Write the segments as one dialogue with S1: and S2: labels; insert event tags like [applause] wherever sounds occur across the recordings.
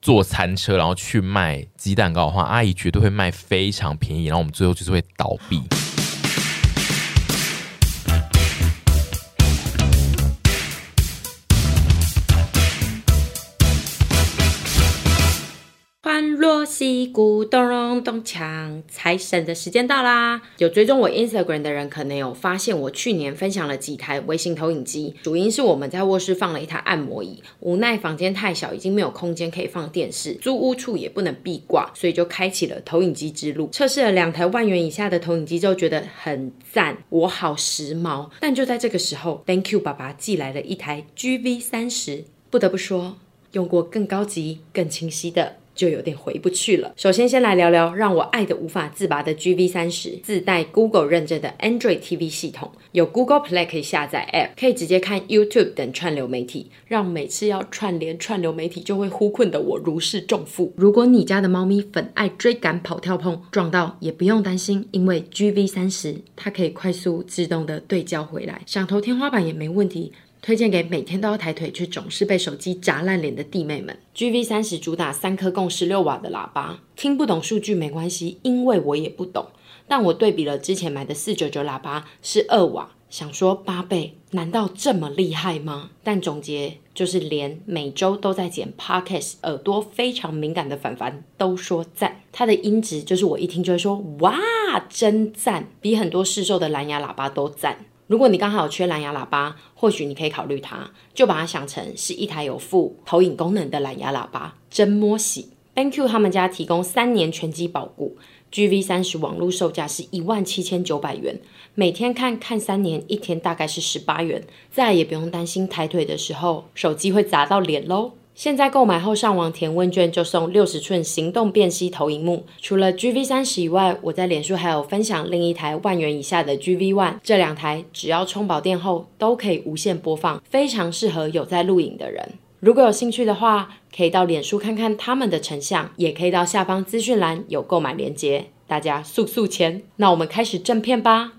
S1: 坐餐车，然后去卖鸡蛋糕的话，阿姨绝对会卖非常便宜，然后我们最后就是会倒闭。
S2: 欢乐西鼓咚咚咚锵！财神的时间到啦！有追踪我 Instagram 的人，可能有发现我去年分享了几台微型投影机，主因是我们在卧室放了一台按摩椅，无奈房间太小，已经没有空间可以放电视，租屋处也不能壁挂，所以就开启了投影机之路。测试了两台万元以下的投影机之后，觉得很赞，我好时髦。但就在这个时候，Thank you 爸爸寄来了一台 GV 三十，不得不说，用过更高级、更清晰的。就有点回不去了。首先，先来聊聊让我爱的无法自拔的 GV 三十，自带 Google 认证的 Android TV 系统，有 Google Play 可以下载 App，可以直接看 YouTube 等串流媒体，让每次要串联串流媒体就会呼困的我如释重负。如果你家的猫咪粉爱追赶、跑跳碰、撞到，也不用担心，因为 GV 三十它可以快速自动的对焦回来，想投天花板也没问题。推荐给每天都要抬腿却总是被手机砸烂脸的弟妹们。GV 三十主打三颗共十六瓦的喇叭，听不懂数据没关系，因为我也不懂。但我对比了之前买的四九九喇叭是二瓦，想说八倍，难道这么厉害吗？但总结就是，连每周都在剪 podcast 耳朵非常敏感的凡凡都说赞，它的音质就是我一听就会说哇，真赞，比很多市售的蓝牙喇叭都赞。如果你刚好有缺蓝牙喇叭，或许你可以考虑它，就把它想成是一台有附投影功能的蓝牙喇叭，真摸喜。BenQ 他们家提供三年全机保固，GV 三十网络售价是一万七千九百元，每天看看三年，一天大概是十八元，再也不用担心抬腿的时候手机会砸到脸喽。现在购买后上网填问卷就送六十寸行动辨析投影幕。除了 GV 三十以外，我在脸书还有分享另一台万元以下的 GV One，这两台只要充饱电后都可以无线播放，非常适合有在录影的人。如果有兴趣的话，可以到脸书看看他们的成像，也可以到下方资讯栏有购买链接。大家速速前，那我们开始正片吧。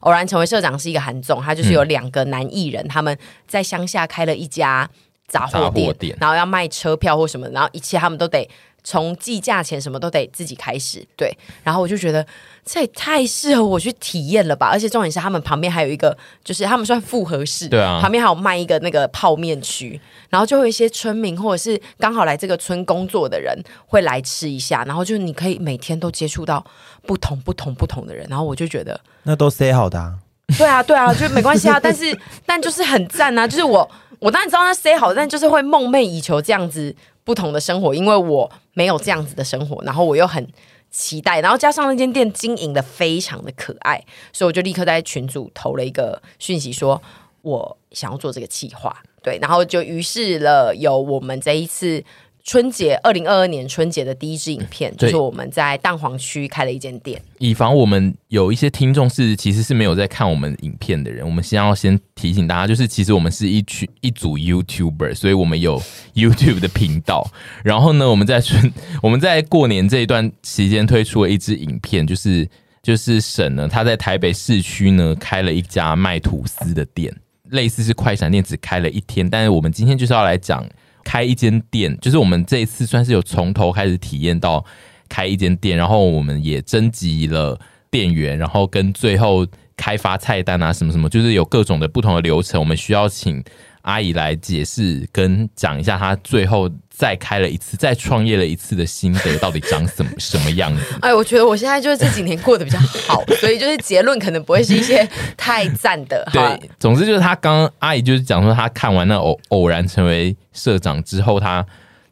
S2: 偶然成为社长是一个韩总，他就是
S1: 嗯
S2: 有两个男艺人，他们在乡下开了一家杂货
S1: 杂
S2: 店，
S1: 货店
S2: 然后要卖车票或什么，然后一切他们都得从计价钱什么都得自己开始，对。然后我就觉得这也太适合我去体验了吧，而且重点是他们旁边还有一个，就是他们算复合式，
S1: 对啊
S2: 旁边还有卖一个那个泡面区，然后就会有一些村民或者是刚好来这个村工作的人会来吃一下，然后就你可以每天都接触到不同不同不同的人，然后我就觉得。
S3: 那都 say 好的、啊，
S2: 对啊，对啊，就没关
S3: [laughs]
S2: 系啊。但是，但就是很赞啊！就是我，我当然知道那 say 好，但就是会梦寐以求这样子不同的生活，因为我没有这样子的生活，然后我又很期待，然后加上那间店经营的非常的可爱，所以我就立刻在群组投了一个讯息说，我想要做这个企划。对，然后就于是了有我们这一次。春节，二零二二年春节的第一支影片，就
S1: 嗯对
S2: 是我们在蛋黄区开了一间店。
S1: 以防我们有一些听众是其实是没有在看我们影片的人，我们先要先提醒大家，就是其实我们是一群一组 YouTuber，所以我们有 [laughs] YouTube 的频道。然后呢，我们在春我们在过年这一段期间推出了一支影片，就是就是沈呢，他在台北市区呢开了一家卖吐司的店，类似是快闪店，只开了一天。但是我们今天就是要来讲开一间店，就是我们这一次算是有从头开始体验到开一间店，然后我们也征集了店员，然后跟最后开发菜单啊什么什么，就是有各种的不同的流程，我们需要请阿姨来解释跟讲一下她最后。再开了一次，再创业了一次的心得到底长什么什么样子？
S2: 哎，我觉得我现在就是这几年过得比较
S1: [laughs]
S2: 好，所以就是结论可能不会是一些太赞的。哈。
S1: 对，总之就是他刚刚阿姨就是讲说，他看完那偶偶然成为社长之后，他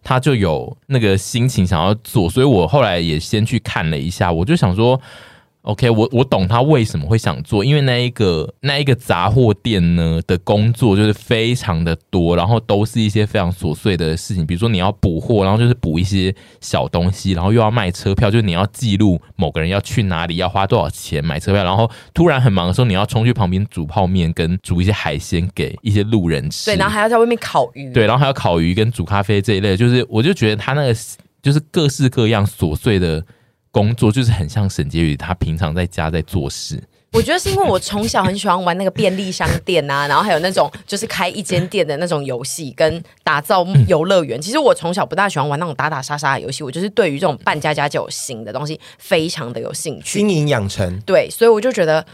S1: 他就有那个心情想要做，所以我后来也先去看了一下，我就想说，OK，我我懂他为什么会想做，因为那一个那一个杂货店呢的工作就是非常的多，然后都是一些非常琐碎的事情，比如说你要补货，然后就是补一些小东西，然后又要卖车票，就是你要记录某个人要去哪里，要花多少钱买车票，然后突然很忙的时候，你要冲去旁边煮泡面跟煮一些海鲜给一些路人吃，
S2: 对，然后还要在外面烤鱼。
S1: 对，然后还有烤鱼跟煮咖啡这一类，就是我就觉得他那个就是各式各样琐碎的工作，就是很像沈婕妤她平常在家在做事
S2: 我觉得是因为我从小很喜欢玩那个便利商店啊，然后还有那种就是开一间店的那种游戏，跟打造游乐
S4: 嗯
S2: 园。其实我从小不大喜欢玩那种打打杀杀的游戏，我就是对于这种扮家家酒型的东西非常的有兴趣。
S4: 经营养成，
S2: 对，所以我就觉得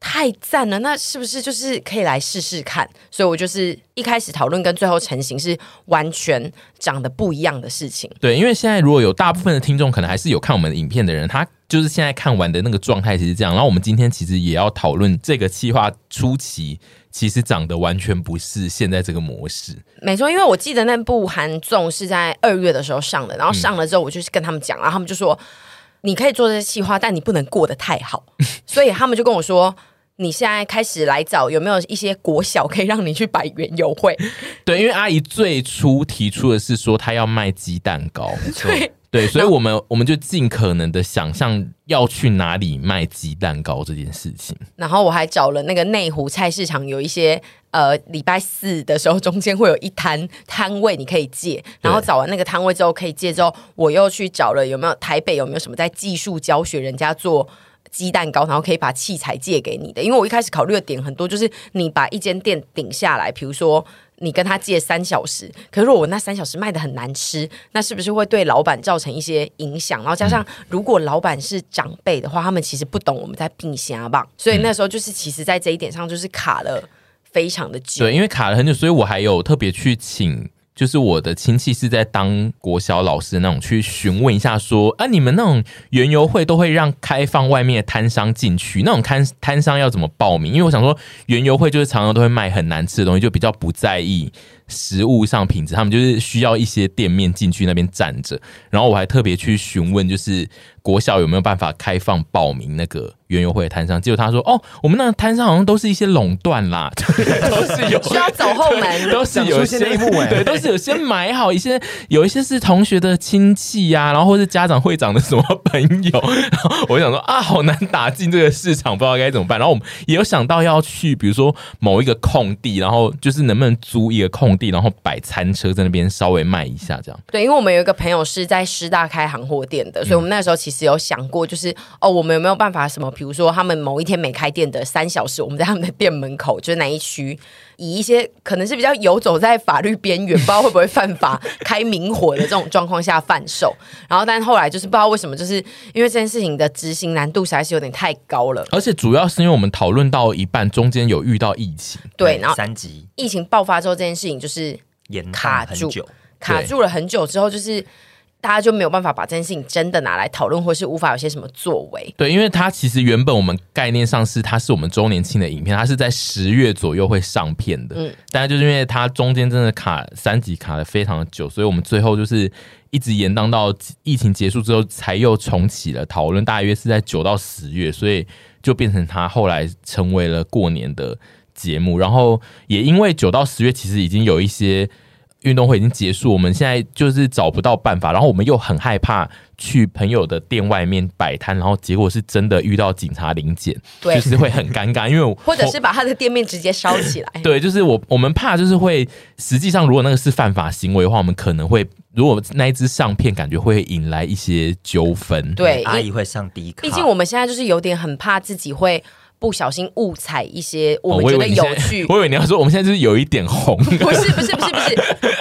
S2: 太赞了，那是不是就是可以来试试看？所以我就是一开始讨论跟最后成型是完全长得不一样的事情。
S1: 对，因为现在如果有大部分的听众可能还是有看我们影片的人，他就是现在看完的那个状态其实这样。然后我们今天其实也要讨论这个企划初期其实长得完全不是现在这个模式。
S2: 没错，因为我记得那部韩综是在二月的时候上的，然后上了之后，我就是跟他们讲，然后他们就说你可以做这些企划，但你不能过得太好， [laughs] 所以他们就跟我说。你现在开始来找有没有一些国小可以让你去百元优惠？
S1: 对，因为阿姨最初提出的是说她要卖鸡蛋糕，
S2: 对
S1: 对，所以我们我们就尽可能的想象要去哪里卖鸡蛋糕这件事情。
S2: 然后我还找了那个内湖菜市场有一些呃礼拜四的时候中间会有一摊摊位你可以借，然后找完那个摊位之后可以借之后，我又去找了有没有台北有没有什么在技术教学人家做。鸡蛋糕，然后可以把器材借给你的，因为我一开始考虑的点很多，就是你把一间店顶下来，比如说你跟他借三小时，可是如果我那三小时卖的很难吃，那是不是会对老板造成一些影响？然后加上如果老板是长辈的话，他们其实不懂我们在并虾棒，所以那时候就是其实在这一点上就是卡了非常的久。
S1: 对，因为卡了很久，所以我还有特别去请，就是我的亲戚是在当国小老师的那种，去询问一下说，啊，你们那种园游会都会让开放外面的摊商进去，那种摊摊商要怎么报名？因为我想说，园游会就是常常都会卖很难吃的东西，就比较不在意食物上品质，他们就是需要一些店面进去那边站着。然后我还特别去询问，就是国小有没有办法开放报名那个园游会的摊商，结果他说，哦，我们那个摊商好像都是一些垄断啦， [laughs] 都是有
S2: 需要走后门，
S1: [laughs] 都是有一些
S4: 讲出现内幕欸
S1: [laughs] 对，都是有先买好一些，有一些是同学的亲戚呀、然后或是家长会长的什么朋友，然后我就想说啊，好难打进这个市场，不知道该怎么办。然后我们也有想到要去，比如说某一个空地，然后就是能不能租一个空地，然后摆餐车在那边稍微卖一下这样。
S2: 对，因为我们有一个朋友是在师大开行货店的，所以我们那时候其实有想过，就是哦，我们有没有办法什么，比如说他们某一天没开店的三小时，我们在他们的店门口，就是那一区，以一些可能是比较游走在法律边缘，不知道会不会犯法 [laughs] 开明火的这种状况下贩售。然后，但后来就是不知道为什么，就是因为这件事情的执行难度实在是有点太高了，
S1: 而且主要是因为我们讨论到一半，中间有遇到疫情，
S2: 对，然后
S5: 三级
S2: 疫情爆发之后，这件事情就是
S5: 延
S2: 卡
S5: 宕很
S2: 住
S5: 久，
S2: 卡
S1: 对
S2: 住了很久之后，就是大家就没有办法把这件事情真的拿来讨论，或是无法有些什么作为。
S1: 对，因为它其实原本我们概念上是它是我们周年庆的影片，它是在十月左右会上片的。嗯，但就是因为它中间真的卡三级卡的非常的久，所以我们最后就是一直延宕到疫情结束之后才又重启了讨论，大约是在九到十月，所以就变成它后来成为了过年的节目。然后也因为九到十月其实已经有一些运动会已经结束，我们现在就是找不到办法，然后我们又很害怕去朋友的店外面摆摊，然后结果是真的遇到警察临检，
S2: 对
S1: 就是会很尴尬，因为我
S2: [laughs] 或者是把他的店面直接烧起
S1: [coughs]
S2: 来。
S1: 对，就是我我们怕就是会，实际上如果那个是犯法行为的话，我们可能会如果那一支上片，感觉会引来一些纠纷。
S2: 对，
S5: 阿
S2: 因
S5: 姨会上第一卡。
S2: 毕竟我们现在就是有点很怕自己会不小心误踩一些
S1: 哦，
S2: 我们
S1: 以
S2: 觉
S1: 为
S2: 得
S1: 你
S2: 有
S1: 现在 [laughs]
S2: 趣。
S1: 我以为你要说我们现在就是有一点红，
S2: [laughs] 不是不是不是不是，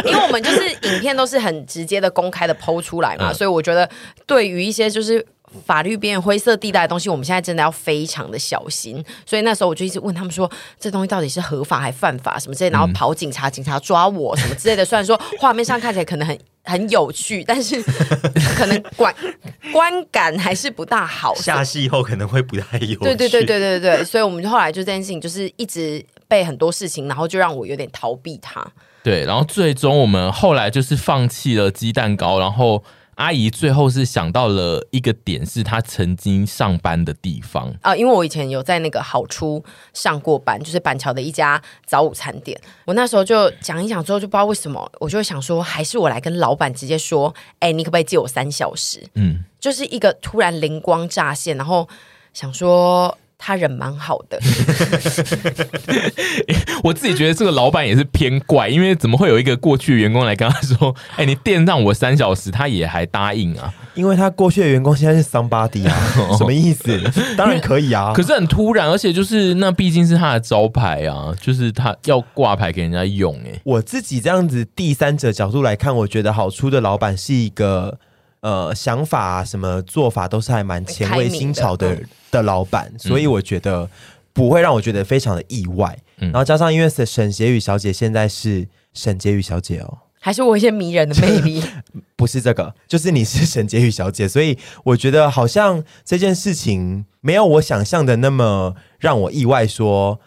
S2: 因为我们就是影片都是很直接的公开的剖出来嘛，所以我觉得对于一些就是。法律边缘灰色地带的东西，我们现在真的要非常的小心。所以那时候我就一直问他们说，这东西到底是合法还犯法什么之类，然后跑警察，警察抓我什么之类的。虽然说画面上看起来可能很很有趣，但是可能观观感还是不大好。
S5: 下戏后可能会不太有趣。
S2: 对对对对对对，所以我们就后来就这件事情就是一直被很多事情，然后就让我有点逃避它。
S1: 对，然后最终我们后来就是放弃了鸡蛋糕，然后阿姨最后是想到了一个点，是她曾经上班的地方。
S2: 啊、因为我以前有在那个好出上过班，就是板桥的一家早午餐店。我那时候就讲一讲之后，就不知道为什么，我就想说，还是我来跟老板直接说，哎、你可不可以借我三小时？
S1: 嗯，
S2: 就是一个突然灵光乍现，然后想说。他人蛮好的，
S1: 我自己觉得这个老板也是偏怪，因为怎么会有一个过去员工来跟他说：“哎、你店让我三小时，他也还答应啊
S4: 因为他过去的员工现在是 somebody 啊，
S1: [laughs]
S4: 什么意思？当然可以？”啊
S1: 可，是很突然，而且就是那毕竟是他的招牌啊，就是他要挂牌给人家用、哎，
S4: 我自己这样子第三者角度来看，我觉得好处的老板是一个呃想法、啊、什么做法都是还蛮前
S2: 开
S4: 卫
S2: 明的
S4: 新潮的
S2: 嗯
S4: 的老板，所以我觉得不会让我觉得非常的意外。
S1: 嗯
S4: 然后加上因为沈沈婕妤小姐现在是沈婕妤小姐哦，
S2: 还是我一些迷人的魅力。
S4: 不是这个，就是你是沈婕妤小姐，所以我觉得好像这件事情没有我想象的那么让我意外说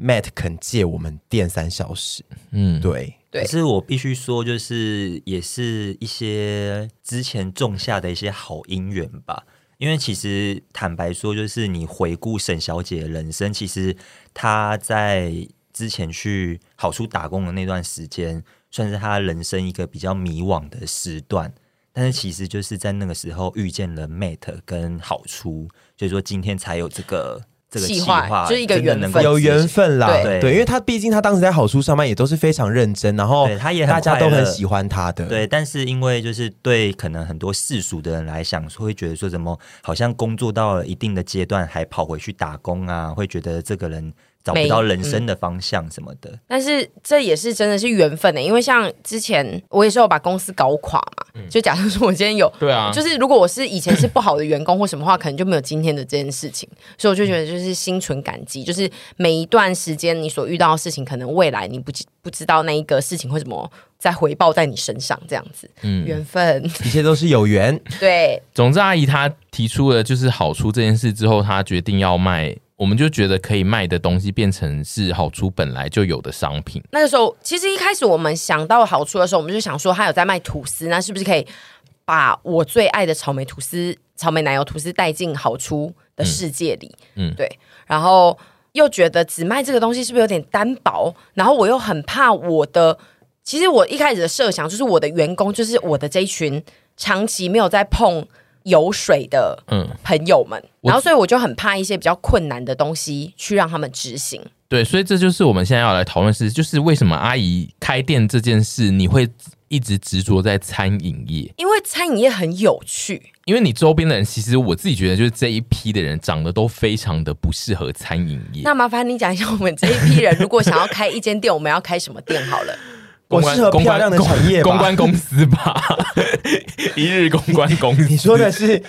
S4: Matt 肯借我们店三小时，
S1: 嗯，
S4: 对。
S2: 对
S5: 可是我必须说，就是也是一些之前种下的一些好姻缘吧。因为其实坦白说，就是你回顾沈小姐的人生，其实她在之前去好处打工的那段时间，算是她人生一个比较迷惘的时段。但是其实就是在那个时候遇见了 Mate 跟好处，所以说今天才有这个这个
S2: 计
S5: 计
S2: 划
S5: 划，
S2: 就是一个
S5: 真的能
S2: 缘
S5: 够
S2: 分
S4: 有
S5: 执行
S4: 缘分啦，
S5: 对
S4: 对，因为他毕竟他当时在好书上班也都是非常认真，然后
S5: 对他也很
S4: 大家都
S5: 快
S4: 很
S5: 乐
S4: 喜欢他的，
S5: 对，但是因为就是对可能很多世俗的人来讲，会觉得说怎么好像工作到了一定的阶段还跑回去打工啊，会觉得这个人找不
S2: 没
S5: 到人生的方向什么的。
S2: 但是这也是真的是缘分欸的、因为像之前我也是有把公司搞垮嘛，就假设说我今天有，
S1: 嗯对啊，
S2: 就是如果我是以前是不好的员工或什么话，可能就没有今天的这件事情，所以我就觉得就是心存感激，就是每一段时间你所遇到的事情，可能未来你不知不知道那一个事情会怎么再回报在你身上，这样子，
S1: 嗯
S2: 缘分， [laughs]
S4: 一切都是有缘。
S2: 对，
S1: 总之，阿姨她提出了就是好处这件事之后，她决定要卖，我们就觉得可以卖的东西变成是好处本来就有的商品。
S2: 那个时候，其实一开始我们想到好处的时候，我们就想说，他有在卖吐司，那是不是可以把我最爱的草莓吐司、草莓奶油吐司带进好出的世界里？嗯，
S1: 嗯
S2: 对。然后又觉得只卖这个东西是不是有点单薄？然后我又很怕我的，其实我一开始的设想就是我的员工，就是我的这一群长期没有在碰油水的
S1: 嗯
S2: 朋友们，
S1: 我
S2: 然后所以我就很怕一些比较困难的东西去让他们执行。
S1: 对，所以这就是我们现在要来讨论的是，就是为什么阿姨开店这件事，你会一直执着在餐饮业？
S2: 因为餐饮业很有趣，
S1: 因为你周边的人，其实我自己觉得，就是这一批的人长得都非常的不适合餐饮业。
S2: 那麻烦你讲一下，我们这一批人如果想要开一间店，我们要开什么店好了？
S4: 我
S1: 公关
S4: 适合
S1: 公
S4: 漂
S1: 关
S4: 亮的
S1: 公
S4: 产业吧
S1: 公关公司 [laughs] 吧，一日公关公司。
S4: 你说的是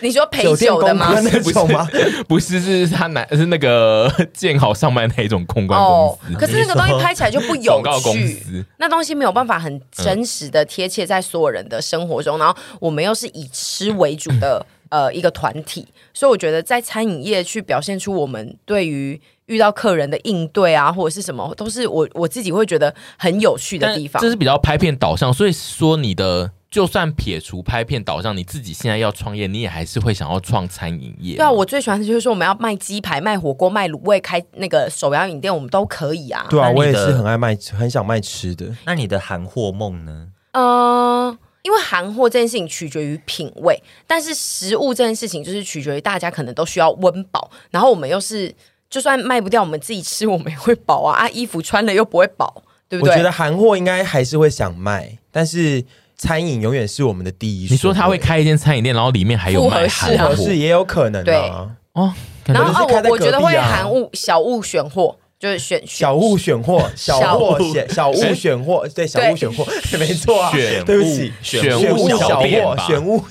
S2: 你说陪
S4: 酒店
S2: 酒的
S4: 公
S2: 吗？
S4: 关那种吗？
S1: 不是，是他男是那个 [laughs] 建好上班那一种公 [laughs] 关公司，
S2: 哦可是那个东西拍起来就不有
S1: 广告公
S2: 趣，
S1: 司。
S2: 那东西没有办法很真实的贴切在所有人的生活中，然后我们又是以吃为主
S1: [laughs]
S2: 的呃一个团体，所以我觉得在餐饮业去表现出我们对于遇到客人的应对啊，或者是什么，都是我我自己会觉得很有趣的
S1: 但
S2: 地方
S1: 这。是比较拍片导向，所以说你的就算撇除拍片导向，你自己现在要创业，你也还是会想要创餐饮业。
S2: 对啊，我最喜欢的就是说我们要卖鸡排、卖火锅、卖卤味、开那个手摇饮店，我们都可以啊。
S4: 对啊，
S5: 那你
S4: 我也
S5: 的
S4: 是很爱卖，很想卖吃的。
S5: 那你的韩货梦呢？
S2: 呃，因为韩货这件事情取决于品味，但是食物这件事情就是取决于大家可能都需要温饱，然后我们又是就算卖不掉，我们自己吃我们也会饱啊， [laughs] 啊，衣服穿了又不会饱，对不
S4: 我觉
S2: 对？
S4: 得韩货应该还是会想卖，但是餐饮永远是我们的第一。
S1: 你说他会，开一间餐饮店，然后里面还有
S2: 复合
S1: 卖
S2: 式
S1: 韩
S2: 啊
S1: 货，
S4: 是也有可能
S2: 对
S4: 啊。
S1: 哦，感
S2: 然
S1: 觉
S2: 后
S4: 可能
S2: 我
S4: 是开在
S2: 我觉得
S4: 隔壁
S2: 会
S4: 啊
S2: 韩物小物选货，就是选选
S4: 小物选货，小货选小物选货，对，小
S2: 哎对
S4: 物选货，没错啊。
S1: 选
S4: 对不起，
S1: 选
S4: 选
S1: 物
S4: 物小
S1: 小店
S4: 货，
S1: 吧
S4: 选物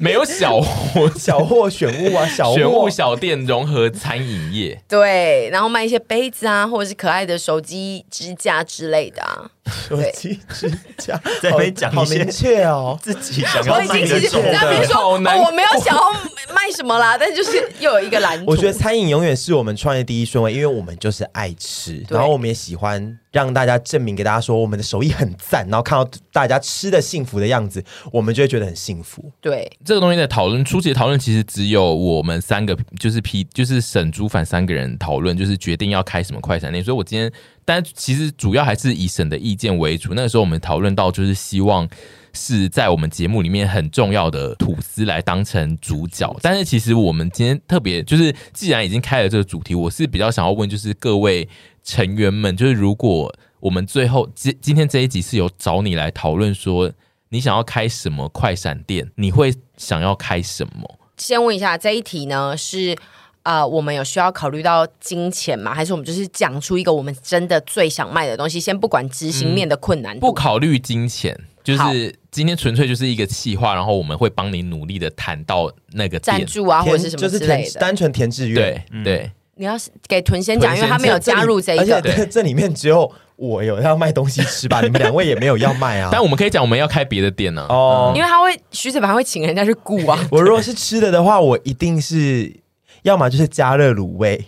S1: 没有
S2: [laughs]
S1: 小货
S4: 小货选物啊，小
S1: 选物
S4: 货
S1: 小店融合餐饮业。
S2: 对，然后卖一些杯子啊，或者是可爱的手机支架之类的啊。
S4: 手机支架，
S5: 在那边讲
S4: 好
S5: 一些
S4: 明确哦。
S5: 自己想要
S2: 我已
S5: 卖
S2: 经
S5: 的
S2: 其实
S5: 种
S4: 觉得
S2: 那比如
S5: 的，
S2: 说、
S1: 好难
S2: 哦、我没有想要卖什么啦，但就是又有一个蓝图。
S4: 我觉得餐饮永远是我们创业第一顺位，因为我们就是爱吃，
S2: 对
S4: 然后我们也喜欢让大家证明给大家说我们的手艺很赞，然后看到大家吃的幸福的样子，我们就会觉得很幸福。
S2: 对，
S1: 这个东西的讨论，初期的讨论其实只有我们三个，就是批，就是沈朱凡三个人讨论，就是决定要开什么快闪店。所以我今天，但其实主要还是以沈的意见为主。那个时候我们讨论到，就是希望是在我们节目里面很重要的吐司来当成主角。但是其实我们今天特别就是，既然已经开了这个主题，我是比较想要问，就是各位成员们，就是如果我们最后今今天这一集是有找你来讨论说你想要开什么快闪店，你会想要开什么？
S2: 先问一下这一题呢是。呃，我们有需要考虑到金钱吗？还是我们就是讲出一个我们真的最想卖的东西？先不管执行面的困难
S4: 嗯
S2: 度，
S1: 不考虑金钱，就
S2: 好
S1: 是今天纯粹就是一个企划，然后我们会帮你努力的谈到那个
S2: 赞
S1: 店。
S2: 助啊，或者
S4: 填
S2: 是什
S4: 就
S2: 么
S4: 是
S2: 之类
S4: 填
S2: 的。
S4: 单纯填志愿，
S1: 对对，
S2: 你要是给屯先讲，
S1: 屯
S2: 因
S1: 先
S2: 为他没有加入这一
S4: 而且
S2: 个。
S4: [laughs] 这这里面只有我有要卖东西吃
S1: [laughs]
S4: 吧，你们两位也没有要卖啊。
S1: 但我们嗯可以讲我们要开别的店呢、啊
S4: 哦，，
S2: 因为他会徐子凡会请人家去雇啊
S4: [laughs] 我如果是吃的的话，我一定是要么就是加热卤味，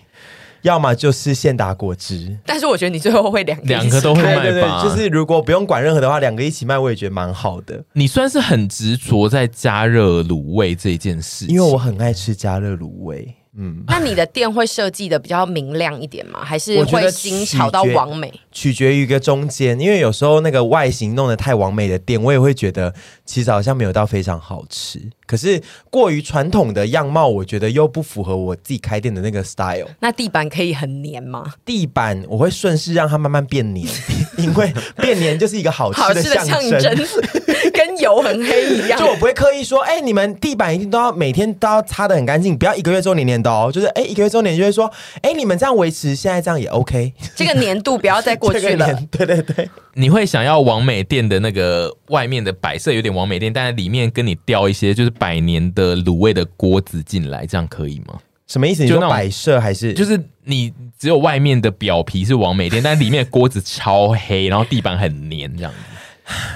S4: 要么就是现打果汁。
S2: 但是我觉得你最后会两一起
S1: 两个都会
S4: 对
S1: 卖吧？
S4: 对对，就是如果不用管任何的话，两个一起卖，我也觉得蛮好的，
S1: 你算是很执着在加热卤味这件事情，
S4: 因为我很爱吃加热卤味。嗯，
S2: 那你的店会设计的比较明亮一点吗？还是
S4: 我觉
S2: 会
S4: 得
S2: 精巧到完美？
S4: 取决于一个中间，因为有时候那个外形弄得太完美的店，我也会觉得其实好像没有到非常好吃。可是过于传统的样貌，我觉得又不符合我自己开店的那个 style。
S2: 那地板可以很黏吗？
S4: 地板我会顺势让它慢慢变黏， [laughs] 因为变黏就是一个好
S2: 好
S4: 吃的
S2: 吃的
S4: 象
S2: 象
S4: 征。
S2: 征 [laughs] 跟油很黑一样
S4: [laughs] 就。我不会刻意说，哎、你们地板一定都要每天都要擦的很干净，不要一个月之后黏黏的哦。就是，哎、一个月之后黏就会说，哎、你们这样维持，现在这样也 OK。
S2: 这个粘度不要再过去
S4: 这个
S2: 了。
S4: 黏，对对对，
S1: 你会想要王美店的那个外面的摆设有点王美店，但是里面跟你调一些就是百年的卤味的锅子进来，这样可以吗？
S4: 什么意思？你
S1: 就
S4: 说
S1: 那种
S4: 摆设还是
S1: 就是你只有外面的表皮是王美店，但是里面的锅子超黑，然后地板很黏这样子。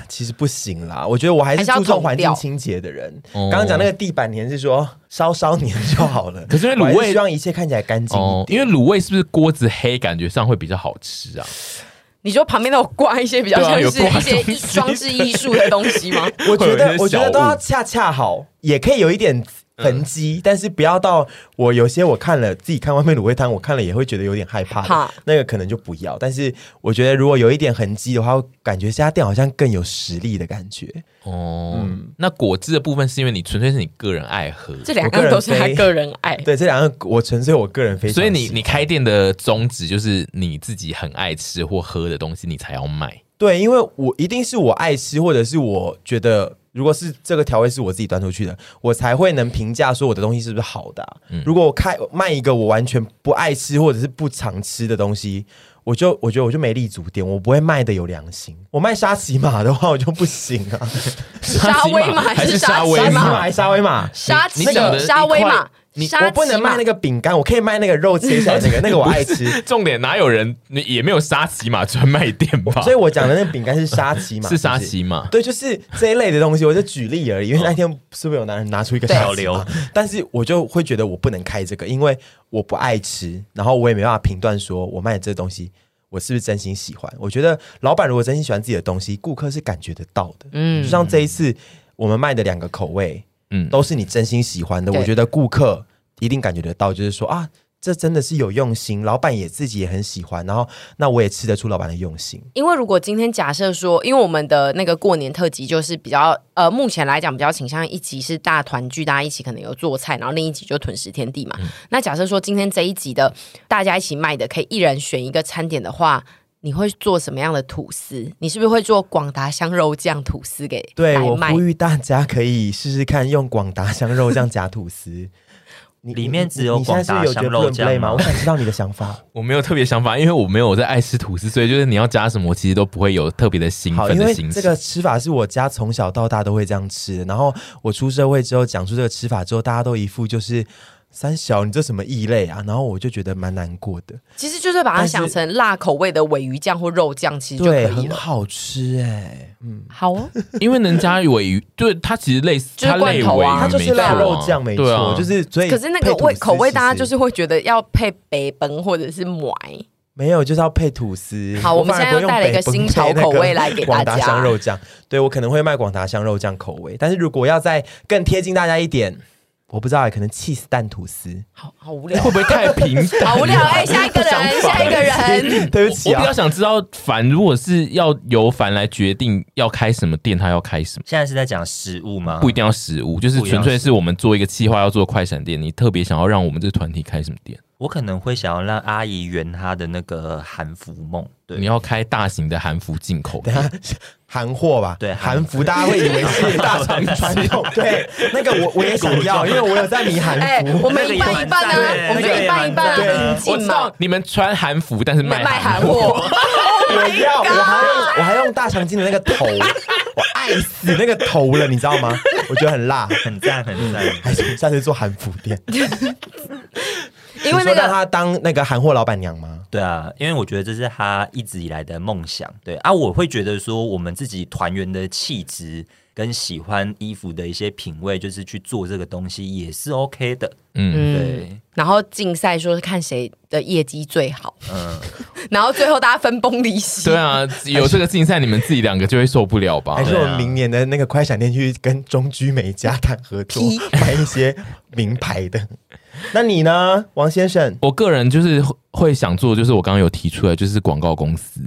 S4: 其实不行啦，我觉得我还是
S2: 还是要
S4: 注重
S2: 统
S4: 环境
S2: 调
S4: 清洁的人。
S1: 哦
S4: 刚刚讲那个地板黏是说稍稍黏就好了，
S1: 可是因为卤味
S4: 我还希望一切看起来干净一
S1: 哦，
S4: 点。
S1: 因为卤味是不是锅子黑，感觉上会比较好吃啊？
S2: 你说旁边都有挂一些比较
S1: 对啊
S2: 像
S1: 有
S2: 是
S1: 挂
S2: 一些
S1: 东
S2: 艺
S1: 西
S2: 装置艺术的东西吗？
S4: 我觉
S1: [laughs] 会有一
S4: 得
S1: 些，
S4: 我觉得
S1: 小
S4: 都要
S1: 物
S4: 恰恰好，也可以有一点痕迹，
S1: 嗯
S4: 但是不要到我有些我看了自己看外面卤味摊，我看了也会觉得有点害怕
S2: 怕
S4: 的，那个可能就不要。但是我觉得如果有一点痕迹的话，感觉这家店好像更有实力的感觉。
S1: 哦，那果汁的部分是因为你纯粹是你个人爱喝，
S2: 这两样都是他个人爱。
S4: 对，这两个我纯粹我个人非常喜
S1: 所以
S4: 欢，
S1: 你你开店的宗旨就是你自己很爱吃或喝的东西，你才要
S2: [laughs]
S1: 卖。
S4: 对，因为我一定是我爱吃，或者是我觉得。如果是这个调味是我自己端出去的，我才会能评价说我的东西是不是好的啊、
S1: 嗯
S4: 如果我开卖一个我完全不爱吃或者是不常吃的东西，我就我觉得我就没立足点，我不会卖的有良心。我卖沙琪玛的话，我就不行
S1: [laughs]
S4: 啊，
S2: 沙威玛
S1: 还是
S2: 沙
S1: 沙
S2: 琪玛
S1: 威
S4: 沙琪玛
S1: 啊玛？
S4: 还是沙威玛，
S2: 沙
S1: 你
S2: 琪
S1: 你讲的
S2: 沙威玛
S1: 你，
S2: 沙
S4: 我不能
S2: 琪玛
S4: 卖那个饼干，我可以卖那个肉切下来那个，那个我
S1: [laughs]
S4: 爱吃。
S1: 重点哪有人你也没有沙琪玛专卖店吧？
S4: 所以我讲的那个饼干是沙琪
S1: [laughs]
S4: 玛，
S1: 是沙
S4: 不
S1: 琪玛。
S4: 对，就是这一类的东西，我就举例而已。因为那天是不是有男人拿出一个
S5: 对
S4: 小流，但是我就会觉得我不能开这个，因为我不爱吃，然后我也没办法评断说我卖的这东西我是不是真心喜欢。我觉得老板如果真心喜欢自己的东西，顾客是感觉得到的。嗯，就像这一次我们卖的两个口味，
S1: 嗯
S4: 嗯，都是你真心喜欢的，
S2: 对
S4: 我觉得顾客一定感觉得到，就是说啊。这真的是有用心，老板也自己也很喜欢，然后那我也吃得出老板的用心。
S2: 因为如果今天假设说，因为我们的那个过年特辑就是比较呃，目前来讲比较倾向一集是大团聚，大家一起可能有做菜，然后另一集就屯食天地嘛。
S4: 嗯
S2: 那假设说今天这一集的大家一起卖的，可以一人选一个餐点的话，你会做什么样的吐司？你是不是会做广达香肉酱吐司给
S4: 对
S2: 来
S4: 我
S2: 卖
S4: 呼？吁大家可以试试看用广达香肉酱夹
S2: [laughs]
S4: 吐司。你
S5: 里面
S4: 你
S5: 只有
S4: 你现在是
S5: 广达
S4: 有觉
S5: 香
S4: 得
S5: 肉
S4: play
S5: 酱
S4: 吗？
S5: 吗
S4: 我想知道你的
S2: [laughs]
S4: 想法。
S1: 我没有特别想法，因为我没有在爱吃吐司，所以就是你要加什么，我其实都不会有特别的兴
S4: 好，
S2: 嗯
S1: 奋
S4: 因
S1: 的
S4: 为
S1: 心
S4: 这
S1: 情。
S4: 个吃法是我家从小到大都会这样吃的。然后我出社会之后讲出这个吃法之后，大家都一副就是三小你这什么异类啊？然后我就觉得蛮难过的。
S2: 其实就是把它
S4: 但是
S2: 想成辣口味的尾鱼酱或肉酱，其实就可
S4: 对，
S2: 以
S4: 很
S2: 了。
S4: 好吃哎、嗯，
S2: 好哦，
S1: [laughs] 因为能加尾鱼，对它其实类似，
S2: 就是
S1: 它类
S2: 罐头
S1: 尾
S2: 啊
S1: 鱼，
S4: 它就是
S1: 没错
S4: 腊
S1: 啊
S4: 肉酱没
S1: 对
S4: 错，
S1: 啊，
S4: 就是所以
S2: 可是那
S4: 配
S2: 个
S4: 吐
S2: 味
S4: 司
S2: 口味，
S4: 其
S2: 大家
S4: 实
S2: 就是会觉得要配北本或者是麦。
S4: 没有，就是要配吐司。
S2: 好我们
S4: 反而
S2: 现在又
S4: 不用
S2: 带了一个
S4: 北
S2: 新
S4: 北
S2: 潮
S4: 那
S2: 口
S4: 个
S2: 味来给
S4: 广
S2: 大
S4: 达
S2: 家
S4: 香肉酱。对我可能会卖广达香肉酱口味，但是如果要再更贴近大家一点，我不知道欸，可能 cheese 蛋吐司。
S2: 好好无聊
S1: 会，不会太平淡了？
S2: [laughs] 好无聊哎、下一个
S1: [laughs] 想
S2: 人，
S1: 法
S2: 下一个 [laughs]
S1: [laughs]
S2: 人，
S4: 对不
S1: 我
S4: 起
S1: 比较
S4: 啊，
S1: 想知道，凡如果是要由凡来决定要开什么店，他要开什么，
S5: 现在是在讲食物吗？
S1: 不一定要食物，就是纯粹是我们做一个计划要做快闪店，你特别想要让我们这个团体开什么店？
S5: 我可能会想要让阿姨圆她的那个韩服梦。对，
S1: 你要开大型的韩服进口店，
S4: [laughs] 韩货吧，
S5: 对
S4: 韩
S5: 韩
S4: 服，大家会以为是
S5: [laughs]
S4: 大肠传统，对，那个我我也想要，因为我有在迷韩
S2: 哎、
S4: 服。
S2: 我们一半一半啊，我们就一半一半啊，很
S1: 我
S2: 近
S1: 知
S2: 嘛
S1: 道，你们穿韩服，但是卖
S2: 卖
S1: 韩
S2: 韩货，
S1: [laughs]
S4: 我要，我还用
S2: 啊
S4: 我还用大长今的那个头，我爱死那个头了，你知道吗？我觉得很辣，
S5: 很赞很赞。
S1: [laughs]
S4: 还是我们下次做韩服店，
S2: 因为那
S4: 你说让
S2: 个
S4: 他当那个韩货老板娘吗？
S5: 对啊，因为我觉得这是他一直以来的梦想。对啊，我会觉得说我们自己团员的气质跟喜欢衣服的一些品味，就是去做这个东西也是 OK 的。
S1: 嗯，
S5: 对，
S2: 然后竞赛说是看谁的业绩最好，
S5: 嗯，
S2: [laughs] 然后最后大家分崩离析。
S1: 对啊，有这个竞赛，你们自己两个就会受不了吧
S2: 哦
S4: 还？是我们明年的那个快闪店去跟中居美家谈合作，买一些名
S2: [laughs]
S4: 牌的？那你呢，王先生？
S1: 我个人就是会会想做，就是我刚刚有提出来，就是广告公司。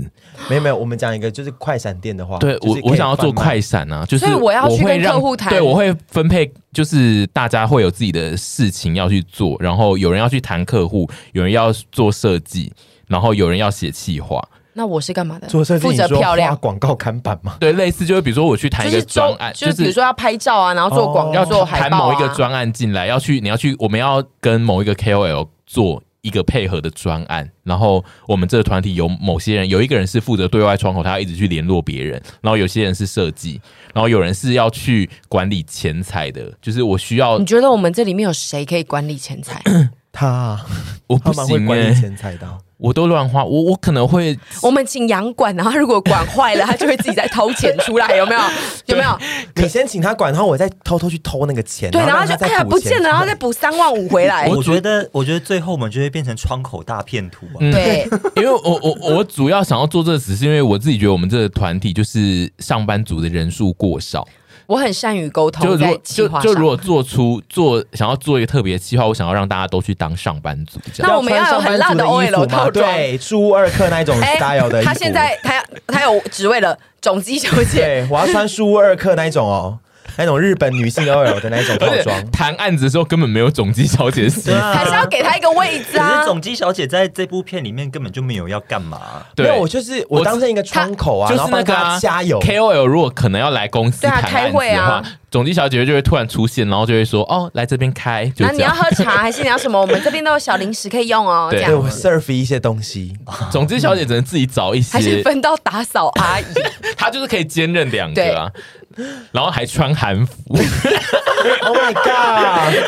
S4: 没有没有，我们讲一个就是快闪店的话，
S1: 对
S4: 就是可
S1: 我，
S4: 以
S1: 我想要做
S4: 贩卖
S1: 快闪啊，就是
S2: 所以我要去
S1: 会
S2: 跟
S1: 让
S2: 客户谈
S1: 对，我会分配，就是大家会有自己的事情要去做，然后有人要去谈客户，有人要做设计，然后有人要写企划，
S2: 那我是干嘛的？
S4: 做设计，
S2: 负
S4: 你
S2: 责
S4: 说
S2: 漂
S4: 画
S2: 亮，
S4: 广告看板吗？
S1: 对，类似就是比如说我去谈
S2: 就
S1: 一个
S2: 是
S1: 专
S2: 周
S1: 案，，
S2: 就是比如说要拍照啊，然后做广
S1: 哦要
S2: 告、做海
S1: 谈
S2: 报
S1: 某一个
S2: 啊。
S1: 专案进来，要去你要去，我们要跟某一个 KOL 做。一个配合的专案，然后我们这个团体有某些人，有一个人是负责对外窗口，他要一直去联络别人，然后有些人是设计，然后有人是要去管理钱财的，就是我需
S2: [laughs]
S1: 要
S2: 你觉得我们这里面有谁可以管理钱财？ [laughs]
S4: 他啊
S1: 我
S4: 他
S1: 不
S4: 蛮会
S1: 行
S4: 管
S1: 哎、
S4: 理钱财的啊，
S1: 我都乱花，我我可能会
S2: 我们请洋管，然后他如果管坏了，他就会自己再掏钱出来，
S1: [laughs]
S2: 有没有？有没有？
S4: 你先请他管，然后我再偷偷去偷那个钱，
S2: 对，然后
S4: 让
S2: 就
S4: 他
S2: 哎
S4: 再
S2: 呀
S4: 补
S2: 不
S4: 钱
S2: 见了，然后再补三万五回来。
S5: 我觉得，我觉得最后我们就会变成窗口大骗图啊。
S1: 嗯
S2: [laughs] 对，
S1: 因为我我我主要想要做这个，只是因为我自己觉得我们这个团体就是上班族的人数过少，
S2: 我很善于沟
S1: 就
S2: 通，
S1: 如
S2: 在
S1: 果
S2: 计
S1: 就
S2: 划
S1: 就如
S2: 上。
S1: 果做出做想要做一个特别计划，我想要让大家都去当上班族这样。
S2: 那我们要有很辣的
S4: 要穿
S2: OL
S4: 上班族衣服吗
S2: 套装
S4: 对，朱二克那一种 style 的衣服。
S2: 哎他现在他他有职位了，总机小
S4: [laughs]
S2: 姐。
S4: 对，我要穿舒二克那一种
S1: [laughs]
S4: 哦，那种日本女性 OL 的那一种套
S1: 而且
S4: 装。
S1: 谈案子的时候根本没有总机小姐的戏
S5: 对，啊，
S2: 还是要给他一个位置
S5: 可
S2: 啊
S5: 是！总机小姐在这部片里面根本就没有要干嘛。
S1: 对，
S4: 没有，我就是我
S1: 我
S4: 当成一个窗口啊，
S1: 就
S4: 然
S1: 是
S4: 后
S1: 那
S4: 帮
S1: 个、啊
S4: 他、加油。
S1: KOL 如果可能要来公司
S2: 对
S1: 谈
S2: 啊
S1: 案子
S2: 开会
S1: 的话，
S2: 啊
S1: 总机小姐就会突然出现，然后就会说哦来这边开，就
S2: 那
S1: 这
S2: 你要
S1: 样。
S2: 喝茶还是你要什么？我们这边都有小零食可以用哦，
S1: 对
S2: 这
S4: 对
S2: 样
S4: 我 serve 一些
S1: [laughs]
S4: 东西，
S1: [laughs] 总机小姐只能自己找一
S2: 还是
S1: 些，
S2: 分到打扫阿姨。
S1: 她就是可以兼任两个啊，然后还穿韩服。
S4: Oh my [laughs] god！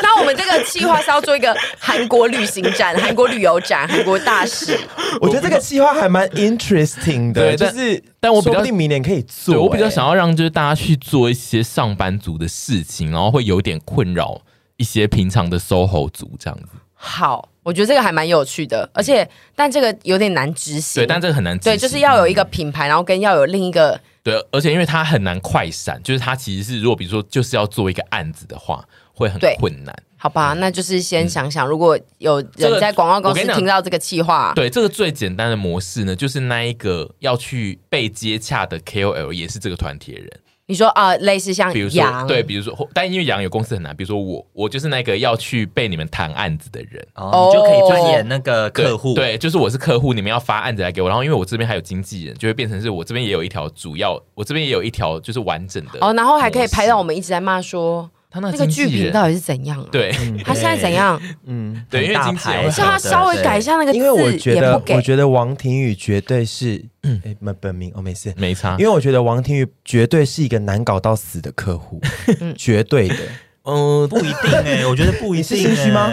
S2: [laughs] 那我们这个计划是要做一个韩国旅行展、韩国旅游展、韩国大使。
S4: 我觉得这个计划还蛮 interesting 的，
S1: 对
S4: 就
S1: 但
S4: 是，
S1: 但我比较
S4: 说不定明年可以做、
S1: 对我比较
S4: 哎
S1: 想要让就是大家去做一些上班族的事情，然后会有点困扰一些平常的 SOHO 族这样子。
S2: 好，我觉得这个还蛮有趣的，而且但这个有点难执行。
S1: 对，但这个很难执行。
S2: 对就是要有一个品牌，然后跟要有另一个
S1: 对，而且因为它很难快闪，就是它其实是如果比如说就是要做一个案子的话，会很
S2: 对
S1: 困难。
S2: 好吧，那就是先想想，如果有
S1: 嗯这个
S2: 人在广告公
S1: 我跟
S2: 司
S1: 你讲
S2: 听到这个计划，
S1: 对，这个最简单的模式呢，就是那一个要去被接洽的 KOL 也是这个团体的人，
S2: 你说啊、类似像
S1: 比如说
S2: 羊，
S1: 对，比如说或但因为杨有公司很难，比如说我，我就是那个要去被你们谈案子的人。
S5: 哦，你就可以
S2: 哦
S5: 去演那个
S1: 对
S5: 客户。
S1: 对，就是我是客户，你们要发案子来给我，然后因为我这边还有经纪人，就会变成是我这边也有一条主要，我这边也有一条就是完整的
S2: 哦，然后还可以拍到我
S1: 模式
S2: 们一直在骂说
S1: 他那
S2: 那个剧
S1: 经纪
S2: 评
S1: 人
S2: 到底是怎样啊？，
S1: 对
S2: 他现在
S5: 对
S2: 怎样？
S4: 嗯，
S1: 对，因为
S5: 很大
S1: 经纪人
S5: 牌
S1: 会
S5: 是
S2: 叫
S1: 很
S2: 他稍微改一下那个字，
S4: 因为我觉
S2: 也
S4: 得
S2: 不，给
S4: 我觉得王庭宇绝对是，
S1: 嗯
S4: 哎、本本名哦，没事，
S1: 没差
S4: 因，为我觉得王庭宇绝对是一个难搞到死的客户，绝对的。
S1: [laughs] 嗯，
S5: 不一定哎、我觉得不一
S4: 你是
S5: 定、欸。
S4: 心虚吗？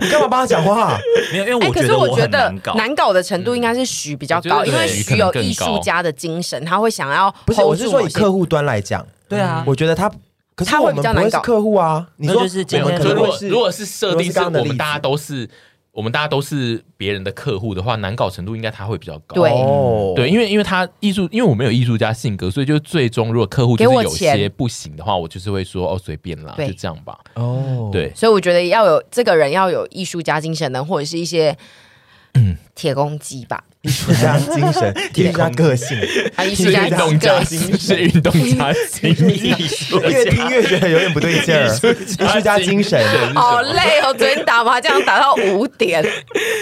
S4: 你干嘛帮他讲话、啊
S5: 没有，因为
S2: 哎、
S5: 我
S2: 可
S5: 觉
S2: 是
S5: 得
S2: 我
S5: 我
S2: 觉
S5: 很
S2: 得
S5: 难搞。
S2: 难搞的程度应该是许比较高，
S1: 嗯我觉
S2: 因
S1: 得
S2: 为
S1: 许
S2: 许
S1: 可能
S2: 有
S1: 更
S2: 艺术
S1: 高
S2: 家的精神，他会想要 hold
S4: 不
S2: 住
S4: 是，我是说以
S2: 某些
S4: 客户嗯端来讲，
S5: 对啊，
S4: 我觉得他，可是
S2: 他
S4: 我
S2: 会比
S4: 们
S2: 较
S4: 不会
S2: 难
S4: 是
S2: 搞
S4: 客户啊。你说
S5: 那就是
S4: 我
S5: 今
S4: 们
S5: 天
S4: 可
S1: 就
S4: 能
S1: 如
S4: 会
S1: 果
S4: 是，
S1: 如果是设定
S4: 如果是
S1: 是
S4: 刚刚的
S1: 我
S4: 例
S1: 们
S4: 子
S1: 大家都是我们大家都是别人的客户的话，难搞程度应该它会比较高。
S2: 对
S4: 哦
S1: 对，因为因为他艺术，因为我没有艺术家性格，所以就最终如果客户就
S2: 给我
S1: 是有
S2: 钱
S1: 些不行的话，我就是会说哦随便啦，
S2: 对
S1: 就这样吧。
S4: 哦，
S1: [laughs] 对，
S2: 所以我觉得要有这个人要有艺术家精神的，或者是一些
S4: 嗯
S2: 铁公鸡吧，
S4: 艺术家精神，艺
S5: 铁
S4: 术家
S5: 公
S4: 个性，
S1: [laughs]
S2: 啊，艺
S1: 是
S2: 术家
S1: 运动家
S2: 个
S1: 精，是运动家精 [laughs] 神，
S4: 越听越觉得有点不对
S1: [laughs]
S4: 劲儿。 [laughs] 艺术家精神，
S2: 好累哦，昨天打麻将打到五点，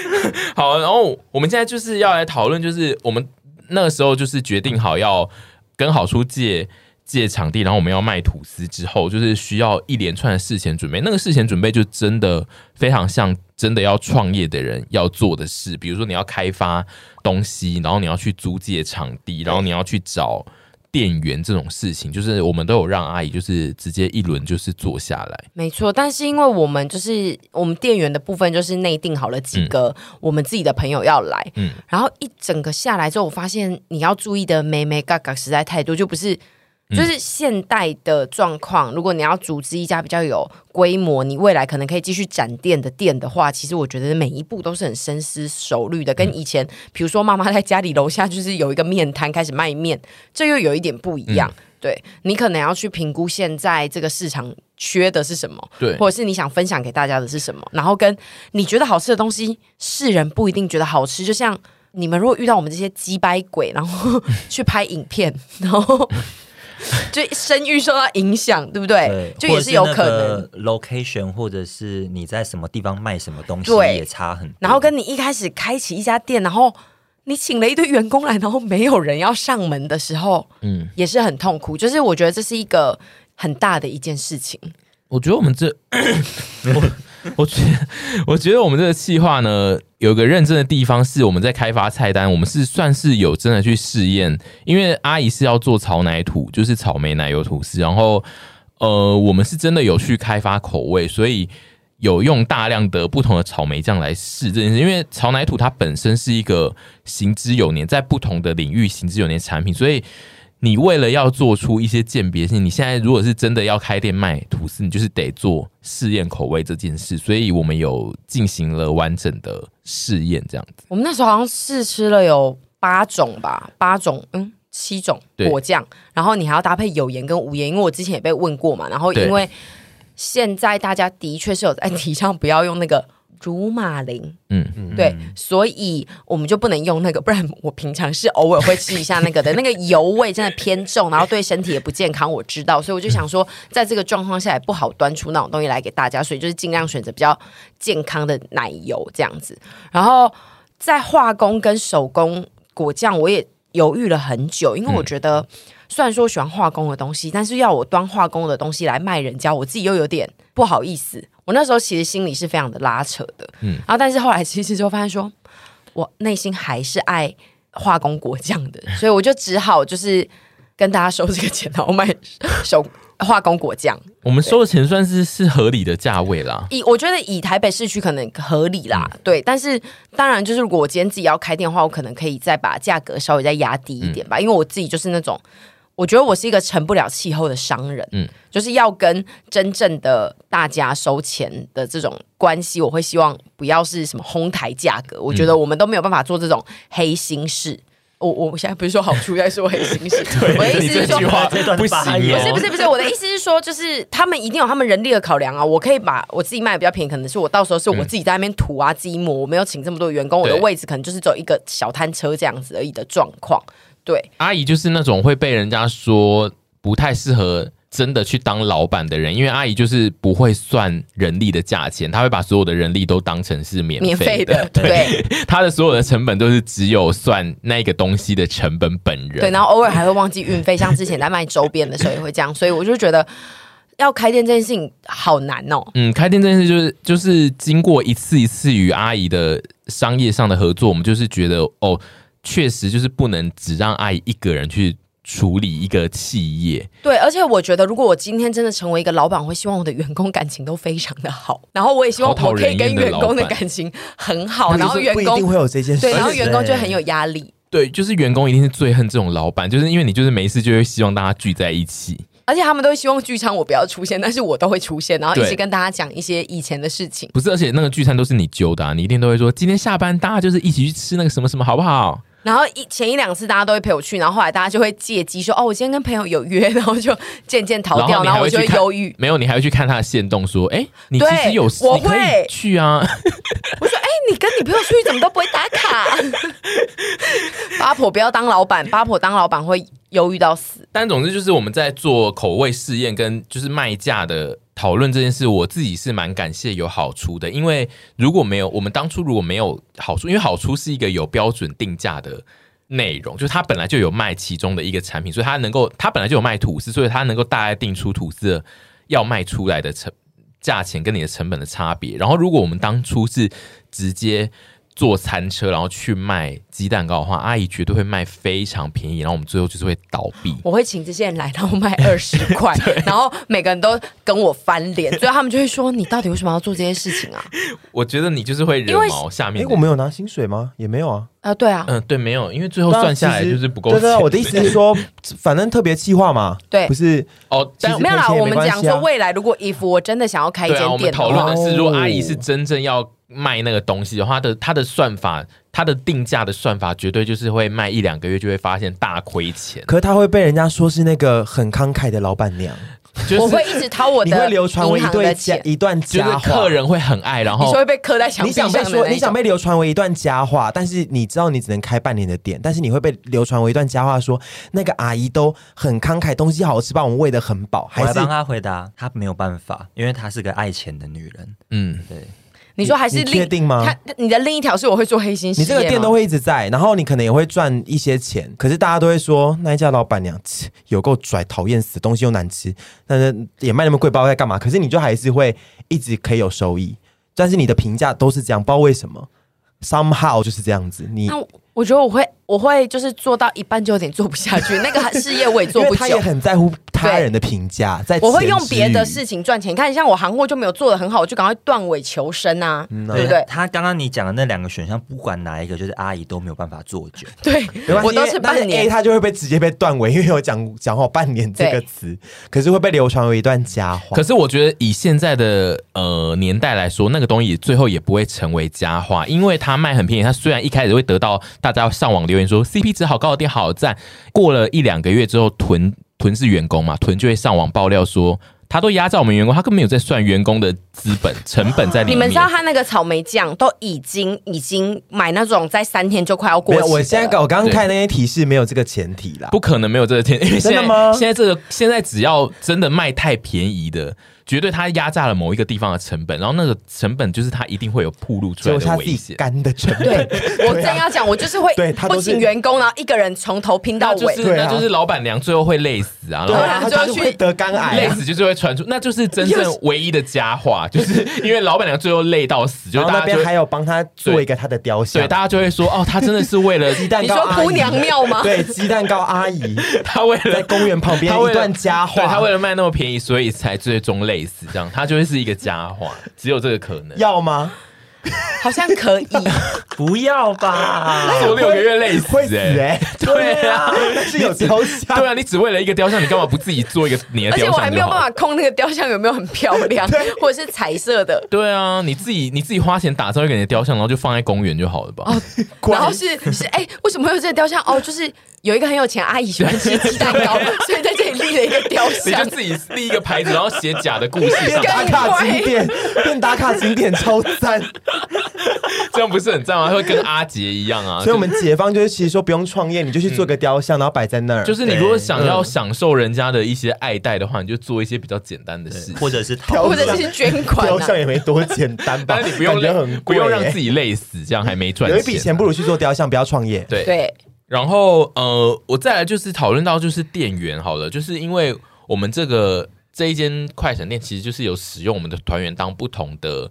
S2: [laughs]
S1: 好，然后我们现在就是要来讨论，就是我们那个时候就是决定好要跟好书借借场地，然后我们要卖吐司之后，就是需要一连串的事前准备。那个事前准备就真的非常像真的要创业的人要做的事，比如说你要开发东西，然后你要去租借场地，然后你要去找。店员这种事情，就是我们都有让阿姨，就是直接一轮就是坐下来，
S2: 没错，但是因为我们就是我们店员的部分，就是内定好了几个我们自己的朋友要来，嗯
S1: 嗯，
S2: 然后一整个下来之后，我发现你要注意的妹妹嘎嘎实在太多，就不是。就是现代的状况，如果你要组织一家比较有规模，你未来可能可以继续展店的店的话，其实我觉得每一步都是很深思熟虑的，跟以前，比如说妈妈在家里楼下就是有一个面摊开始卖面，这又有一点不一样。对你可能要去评估现在这个市场缺的是什么，
S1: 对
S2: 或者是你想分享给大家的是什么，然后跟你觉得好吃的东西，世人不一定觉得好吃，就像。你们如果遇到我们这些鸡掰鬼，然后 [laughs] 去拍影片，然后就声誉受到影响，对不对？就也
S5: 或者
S2: 是
S5: 是
S2: 有可能。
S5: 能 location，或者是你在什么地方卖什么东西
S2: 对
S5: 也差很多。
S2: 然后跟你一开始开启一家店，然后你请了一堆员工来，然后没有人要上门的时候，嗯
S1: 嗯，
S2: 也是很痛苦。就是我觉得这是一个很大的一件事情。
S1: 我觉得我们这， [coughs] 我我觉得我觉得我们这个计划呢，有个认真的地方是我们在开发菜单，我们是算是有真的去试验，因为阿姨是要做草奶吐，就是草莓奶油吐司，然后呃，我们是真的有去开发口味，所以。有用大量的不同的草莓酱来试这件事，因为草奶吐它本身是一个行之有年，在不同的领域行之有年的产品，所以你为了要做出一些鉴别性，你现在如果是真的要开店卖吐司，你就是得做试验口味这件事。所以我们有进行了完整的试验，这样子。
S2: 我们那时候好像试吃了有八种吧，八种，嗯。七种
S1: 对
S2: 果酱，然后你还要搭配有盐跟无盐，因为我之前也被问过嘛。然后因
S1: 对
S2: 为现在大家的确是有在提倡不要用那个乳马林，
S1: 嗯，
S2: 对，所以我们就不能用那个，不然我平常是偶尔会吃一下那个的，那个油味真的偏重，然后对身体也不健康，我知道，所以我就想说，在这个状况下也不好端出那种东西来给大家，所以就是尽量选择比较健康的奶油这样子。然后在化工跟手工果酱，我也犹豫了很久，因为我觉得虽然说我喜欢化工的东西，但是要我端化工的东西来卖人家，我自己又有点不好意思。我那时候其实心里是非常的拉扯的，嗯，然后但是后来其实就发现说，我内心还是爱化工果酱的， [laughs] 所以我就只好就是跟大家收这个钱，然后卖手化工果酱。
S1: 我们收的钱算是是合理的价位啦。
S2: 以我觉得以台北市区可能合理啦，
S1: 嗯
S2: 对。但是当然就是如果我今天自己要开店的话，我可能可以再把价格稍微再压低一点
S1: 嗯
S2: 吧，因为我自己就是那种。我觉得我是一个成不了气候的商人，嗯
S1: 嗯，
S2: 就是要跟真正的大家收钱的这种关系，我会希望不要是什么哄抬价格。我
S1: 嗯
S2: 觉得我们都没有办法做这种黑心事。我我现在不是说好处，在说黑
S1: [laughs]
S2: 心事，我的意
S1: 哎你
S2: 思
S1: 这
S2: 是说
S1: 句话
S5: 这段
S1: 不行
S5: 发言
S1: 哦
S2: 哎不是不是不是，我的意思是说，就是他们一定有他们人力的考量啊。我可以把我自己卖得比较便宜，可能是我到时候是我自己在那边涂啊、自己抹，我没有请这么多员工，我的
S1: 嗯对
S2: 位置可能就是只有一个小摊车这样子而已的状况。对，
S1: 阿姨就是那种会被人家说不太适合真的去当老板的人，因为阿姨就是不会算人力的价钱，她会把所有的人力都当成是免
S2: 免
S1: 费
S2: 费
S1: 的 [laughs]
S2: 的，，对
S1: 她的所有的成本都是只有算那个东西的成本本人。
S2: 对，然后偶尔还会忘记运费，像之前在卖周边的时候也会这样，所以我就觉得要开店这件事情好难哦。
S1: 嗯，开店这件事就是就是经过一次一次与阿姨的商业上的合作，我们就是觉得哦，确实就是不能只让阿姨一个人去处理一个企业。
S2: 对，而且我觉得，如果我今天真的成为一个老板，我会希望我的员工感情都非常的好，然后我也希望
S1: 好讨
S2: 我可以
S1: 人
S2: 跟
S1: 厌的
S2: 员
S1: 老
S2: 工的
S1: 板
S2: 感情很好，哦然后员
S4: 不一定
S2: 工
S4: 会有这件事
S2: 对，
S4: 情，
S2: 然后员工就很有压力。
S1: 对，就是员工一定是最恨这种老板，就是因为你就是没事就会希望大家聚在一起。
S2: 而且他们都会希望剧场我不要出现，但是我都会出现，然后一
S1: 对
S2: 直跟大家讲一些以前的事情。
S1: 不是，而且那个聚餐都是你揪的、啊，你一定都会说今天下班大家就是一起去吃那个什么什么，好不好？
S2: 然后一前一两次大家都会陪我去，然后后来大家就会借机说：“哦，我今天跟朋友有约， [laughs] 然后就渐渐逃掉，
S1: 你还
S2: 然后我
S1: 会
S2: 就
S1: 去
S2: 会
S1: 看
S2: 忧郁。
S1: 没有，你还会去看他的线动，说，哎、你其
S2: 对
S1: 实有，
S2: 我
S1: 你可
S2: 会
S1: 以去啊。
S2: 我说：“哎、你跟你朋友出去怎么都不会打卡？”八婆不要当老板，八婆当老板会忧郁到死。
S1: 但总之就是我们在做口味试验跟就是卖价的讨论这件事，我自己是蛮感谢有好处的，因为如果没有我们当初如果没有好处，因为好处是一个有标准定价的。内容就是它本来就有卖其中的一个产品，所以它能够，它本来就有卖吐司，所以它能够大概定出吐司的要卖出来的成价钱跟你的成本的差别。然后，如果我们当初是直接坐餐车，然后去卖鸡蛋糕的话，阿姨绝对会卖非常便宜，然后我们最后就是会倒闭。
S2: 我会请这些人来，然后卖二十 [laughs] 块，然后每个人都跟我翻脸，所以他们就会说：“你到底为什么要做这些事情啊
S1: 我觉得你就是会惹
S2: 因为
S1: 毛下面
S4: 哎，
S1: 的
S4: 我
S1: 人。
S4: 们有拿薪水吗？也没有啊。？”
S2: 啊、对啊，
S1: 嗯，对，没有，因为最后算下来就是不够
S4: 对
S1: 钱。
S4: 对，我的意思是
S1: [laughs]
S4: 说，反正特别计划嘛，
S2: 对
S4: 不是
S1: 哦，但
S4: 其实
S2: 没有啦。
S4: 赔钱也
S2: 我
S4: 没
S2: 们
S4: 关系啊
S2: 讲说未来如果 if 我真的想要开一
S1: 对啊，我们
S2: 间店的
S1: 讨
S2: 话，
S1: 论的是，如果阿姨
S4: 哦
S1: 是真正要卖那个东西的话，她的她的算法，她的定价的算法，绝对就是会卖一两个月就会发现大亏钱。
S4: 可是他会被人家说是那个很慷慨的老板娘，
S1: 就
S2: 我
S1: 是
S2: 会一直掏我
S4: 你会
S2: 的
S4: 流
S2: 银
S4: 传为一
S2: 行
S4: 对
S2: 的
S4: 佳
S2: 钱。
S4: 一段
S1: 就
S4: 佳
S1: 是
S4: 话
S1: 客。人会很爱，然
S2: 你
S1: 后
S2: 说会被刻在墙
S4: 你
S2: 壁上
S4: 想
S2: 的
S4: 被说，
S2: 那
S4: 你想
S2: 种。
S4: 被流传为一段佳话，但是你知道你只能开半年的店，但是你会被流传为一段佳话说那个阿姨都很慷慨，东西好吃，把我们喂得很饱，
S5: 我
S4: 还
S5: 来
S4: 是
S5: 帮她回答，她没有办法，因为她是个爱钱的女人。
S1: 嗯，
S5: 对，
S2: 你说还是
S4: 你
S2: 另
S4: 确定吗
S2: 他他你的另一条是我会做黑心事
S4: 你
S2: 业
S4: 这个店
S2: 吗
S4: 都会一直在，然后你可能也会赚一些钱，可是大家都会说那一家老板娘切有够拽，讨厌死，东西又难吃，但是也卖那么贵，不知道在干嘛。可是你就还是会一直可以有收益，但是你的评价都是这样，不知道为什么，somehow 就是这样子。你
S2: 那我我觉得我会我会就是做到一半就有点做不下去， [laughs] 那个事业我也做
S4: 因为
S2: 不
S4: 他也
S2: 久。
S4: 很在乎他人的评价，在
S2: 我会
S4: 钱
S2: 用
S4: 之
S2: 别的
S4: 余
S2: 事情赚钱，你看像我行货就没有做的很好，我就赶快断尾求生啊，
S4: 嗯
S2: 对不对？
S5: 她刚刚你讲的那两个选项，不管哪一个，就是阿姨都没有办法做久。
S2: 对
S4: 没关，系
S2: 我都是
S4: 但
S2: 半
S4: A
S2: 年。
S4: 他就会被直接被断尾，因为有讲讲好半年这个
S2: 对
S4: 词，可是会被流传为一段佳话。
S1: 可是我觉得以现在的呃年代来说，那个东西最后也不会成为佳话，因为它卖很便宜。它虽然一开始会得到大家上网留言说 CP 值好高的店好赞，过了一两个月之后，囤囤是员工嘛，囤就会上网爆料说。他都压榨我们员工，他根本没有在算员工的资本成本在里
S2: 你
S1: 面。
S2: 们知道他那个草莓酱都已经已经买那种在三天就快要过期
S4: 没有
S2: 的了。
S4: 我现在搞我刚刚
S1: 对
S4: 看那些提示没有这个前提啦，
S1: 不可能没有这个天， [laughs] 因为现
S4: 真的
S1: 在
S4: 吗
S1: 现在这个现在只要真的卖太便宜的，绝对他压榨了某一个地方的成本，然后那个成本就是他一定会有铺露出
S4: 结
S1: 来
S4: 果是
S1: 的
S4: 他自
S1: 危
S4: 己
S1: 险。
S4: 干的成
S2: 对
S4: 本。 [laughs]
S2: 我正要讲，我就是会
S4: 对他都
S2: 不
S4: 是
S2: 请员工，然后一个人从头拼到
S1: 那就
S2: 尾。
S1: 是
S4: 对啊
S1: 那就是老板娘最后会累死啊，
S4: 对
S1: 然后
S2: 对
S4: 啊，他
S2: 就要
S4: 就是
S2: 去
S4: 会得肝癌
S1: 累
S4: 啊。
S1: 死就是会传出，那就是真正唯一的佳话，就是因为老板娘最后累到死，就
S4: 然
S1: 是
S4: 后
S1: 大家
S4: 那
S1: 就
S4: 边还
S1: 会
S4: 有帮他做一个他的雕像，
S1: 对大家就会说哦，他真的是为
S4: [laughs]
S1: 了
S4: 鸡蛋
S2: 你
S4: 糕
S2: 说
S4: 阿姨
S2: 姑娘庙啊吗？
S4: 对鸡蛋糕阿姨
S1: 他为
S4: 在
S1: 了。
S4: 公园旁边
S1: 他为
S4: 一
S1: 了
S4: 段佳话，
S1: 对他为了卖那么便宜，所以才最终累死，这样他就会是一个佳话，只有这个可能。
S4: 要吗？
S2: 好像可以。
S5: 不要吧，
S2: [laughs]
S1: 做六个月累死、
S4: 哎会死
S1: 欸，
S4: 哎，
S1: 对啊，
S4: 但是有雕像，
S1: 对啊，你只为了一个雕像，你干嘛不自己做一个你的
S2: 而且
S1: 雕
S2: 我还
S1: 像
S2: 没
S1: 就
S2: 有
S1: 好
S2: 办
S1: 了？
S2: 法控那个雕像有没有很漂亮，或者是彩色的。
S1: 对啊，你自己你自己花钱打造一个你的雕像，然后就放在公园就好了吧？
S4: 怪
S2: 然后是是哎、为什么会有这个雕像？哦，就是有一个很有钱阿姨喜欢吃鸡蛋
S4: [laughs]
S2: 糕，所以在这里立了一个雕
S1: [laughs] 你
S2: 像
S1: 就。自己立一个牌子，然后写假的故事
S4: 变
S1: 上，
S4: 打卡景
S2: [laughs]
S4: 点，变打卡景点超赞。
S1: 这样不是很赞吗？会跟阿杰一样啊。
S4: 所以我们解放就是其实说不用创业，你就去做个雕像，然后摆在那儿，
S1: 就就是你如果想
S4: 嗯
S1: 要享受人家的一些爱戴的话，你就做一些比较简单的事，
S5: 或者是讨
S4: 挑
S2: 或者是捐款、
S4: 雕
S2: 啊，
S4: 像也没多简单吧？
S1: [laughs] 但是你不用
S4: 感觉
S1: 累
S4: 很
S1: 不
S4: 贵耶，
S1: 用让自己累死，这样还没赚啊
S4: 有一笔钱不如去做雕像，不要创业。
S1: 对
S2: 对，
S1: 然后呃，我再来就是讨论到就是店员好了，就是因为我们这个这一间快闪店其实就是有使用我们的团员当不同的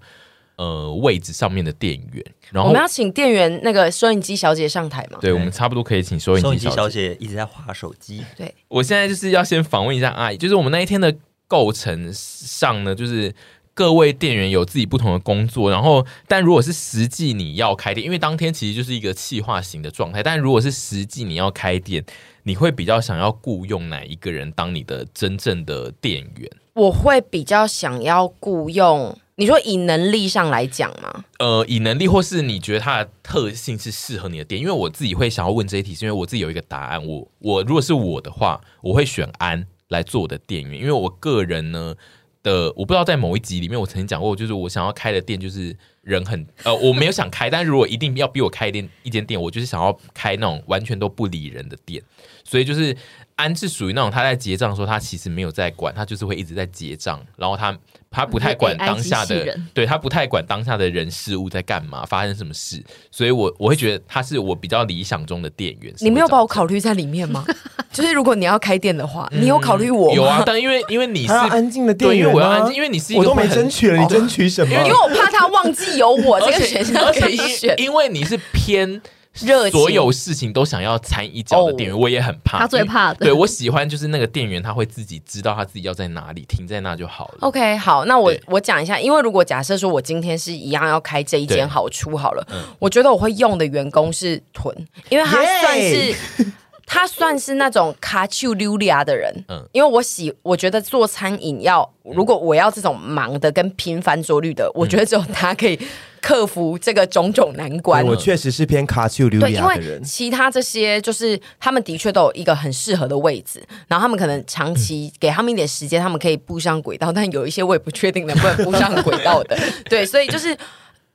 S1: 呃位置上面的店员，然
S2: 我
S1: 后
S2: 们要请店员那个收银机小姐上台嘛？
S1: 对我们差不多可以请收
S5: 收
S1: 银
S5: 音
S1: 机
S5: 机
S1: 小
S5: 小
S1: 姐。
S5: 姐一直在划手机，
S2: 对，
S1: 我现在就是要先访问一下阿姨，就是我们那一天的构成上呢，就是。各位店员有自己不同的工作，然后但如果是实际你要开店，因为当天其实就是一个气化型的状态，但如果是实际你要开店，你会比较想要雇佣哪一个人当你的真正的店员？
S2: 我会比较想要雇佣。你说以能力上来讲吗？
S1: 呃，以能力或是你觉得它的特性是适合你的店，因为我自己会想要问这一题，是因为我自己有一个答案。我我如果是我的话，我会选安来做我的店员，因为我个人呢的，我不知道在某一集里面我曾经讲过，就是我想要开的店就是人很呃，我没有想开，但是如果一定要逼我开一店一间店，我就是想要开那种完全都不理人的店，所以就是。安是属于那种他在结账的时候，他其实没有在管，他就是会一直在结账，然后他他不太管
S6: 嗯
S1: 当下
S6: 就是 AI 机器
S1: 的
S6: 人，
S1: 对他不太管当下的人事物在干嘛，发生什么事，所以我我会觉得他是我比较理想中的店员。
S2: 你没有把
S1: 包
S2: 我考虑在里面吗？ [laughs] 就是如果你要开店的话，你有考虑我吗？
S1: 嗯有啊，但因为因为你是
S4: 他要安静的店
S1: 对，因
S4: 员
S1: 为
S4: 吗？
S1: 我要安静，因为你是一个
S4: 我都没
S1: 会很哦
S4: 争取了，你争取什么？
S2: 因为我怕他忘记有我这
S1: 而
S2: 个
S1: 且
S2: 选项可以选
S1: 而且。因因为你是偏
S2: [laughs] 热情哦
S1: 所有事情都想要参一脚的店员，我也很怕。
S6: 他最怕的
S1: 对我喜欢就是那个店员，他会自己知道他自己要在哪里，停在那就好了。
S2: OK，好，那我
S1: 对
S2: 我讲一下，因为如果假设说我今天是一样要开这一
S1: 对嗯
S2: 间好处好了，我觉得我会用的员工是屯，因为他算是 [laughs] 他算是那种卡丘溜利亚的人，
S1: 嗯
S2: 嗯，因为我喜我觉得做餐饮要，如果我要这种忙的跟频繁着绿的，我觉得只有他可以克服这个种种难关。
S4: 对我确实是偏卡丘流
S2: 对，
S4: 利
S2: 因
S4: 亚的
S2: 为
S4: 人，
S2: 其他这些就是他们的确都有一个很适合的位置，然后他们可能长期给他们一点时间，他们可以步上轨道，但有一些我也不确定能不能步上轨道
S4: [laughs]
S2: 的。对，所以就是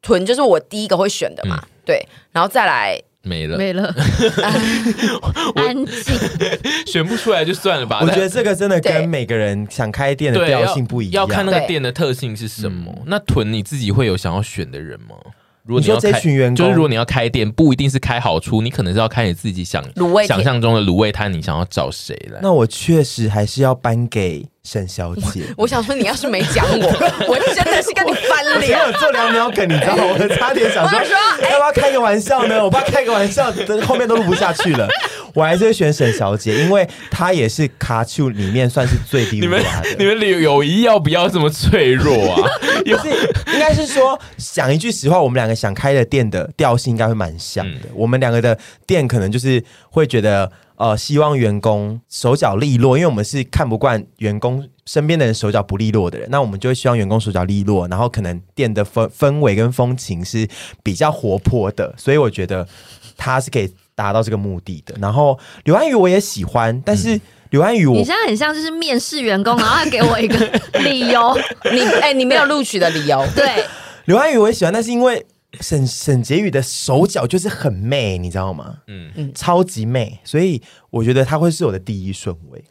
S2: 臀就是我第一个会选的嘛，
S4: 嗯
S2: 对，然后再来
S1: 没了，
S6: 没
S1: [laughs]
S6: 了，安静。
S1: 选不出来就算了吧。
S4: 我
S1: 但
S4: 觉得这个真的
S2: 对
S4: 跟每个人想开店的
S1: 对
S4: 调
S1: 要
S4: 性不一
S1: 要
S4: 样。嗯
S1: 看那个
S2: 对
S1: 店的特性是什么。那屯你自己会有想要选的人吗？如果
S4: 你说
S1: 要开
S4: 这群员工
S1: 就是如果你要开店，不一定是开好处，你可能是要开你自己想
S2: 卤味
S1: 想
S2: 店
S1: 象中的卤味摊，你想要找谁来？
S4: 那我确实还是要颁给沈小姐。
S2: 我想说，你要是没讲
S4: [laughs]
S2: 我，我真的是跟你翻
S4: 没 [laughs]
S2: 脸。
S4: 有做两秒梗，你知道吗？我差点想说，
S2: 我说哎
S4: 要不要开个玩笑呢？我怕开个玩笑，真后面都录不下去
S2: [laughs]
S4: 了。我还是会选沈小姐，因为她也是卡丘里面算是最低
S1: 你
S4: 无
S1: 们
S4: 法的。
S1: 啊你们友友谊要不要这么脆弱啊？有
S4: 不是，应该是说讲一句实话，我们两个想开的店的调性应该会蛮像的。我们两个的店可能就是会觉得，呃，希望员工手脚利落，因为我们是看不惯员工身边的人手脚不利落的人，那我们就会希望员工手脚利落，然后可能店的氛氛围跟风情是比较活泼的，所以我觉得他是可以达到这个目的的。然后刘安宇我也喜欢，但是刘安宇我
S6: 你现在很像就是面试员工，然后他给
S1: [laughs]
S6: 我一个理由，
S2: 你哎、你没有录取的理由。
S6: 对，
S4: 刘安宇我也喜欢，但是因为沈沈婕妤的手脚就是很媚，你知道吗？
S1: 嗯
S4: 嗯嗯，超级媚，所以我觉得她会是我的第一顺位。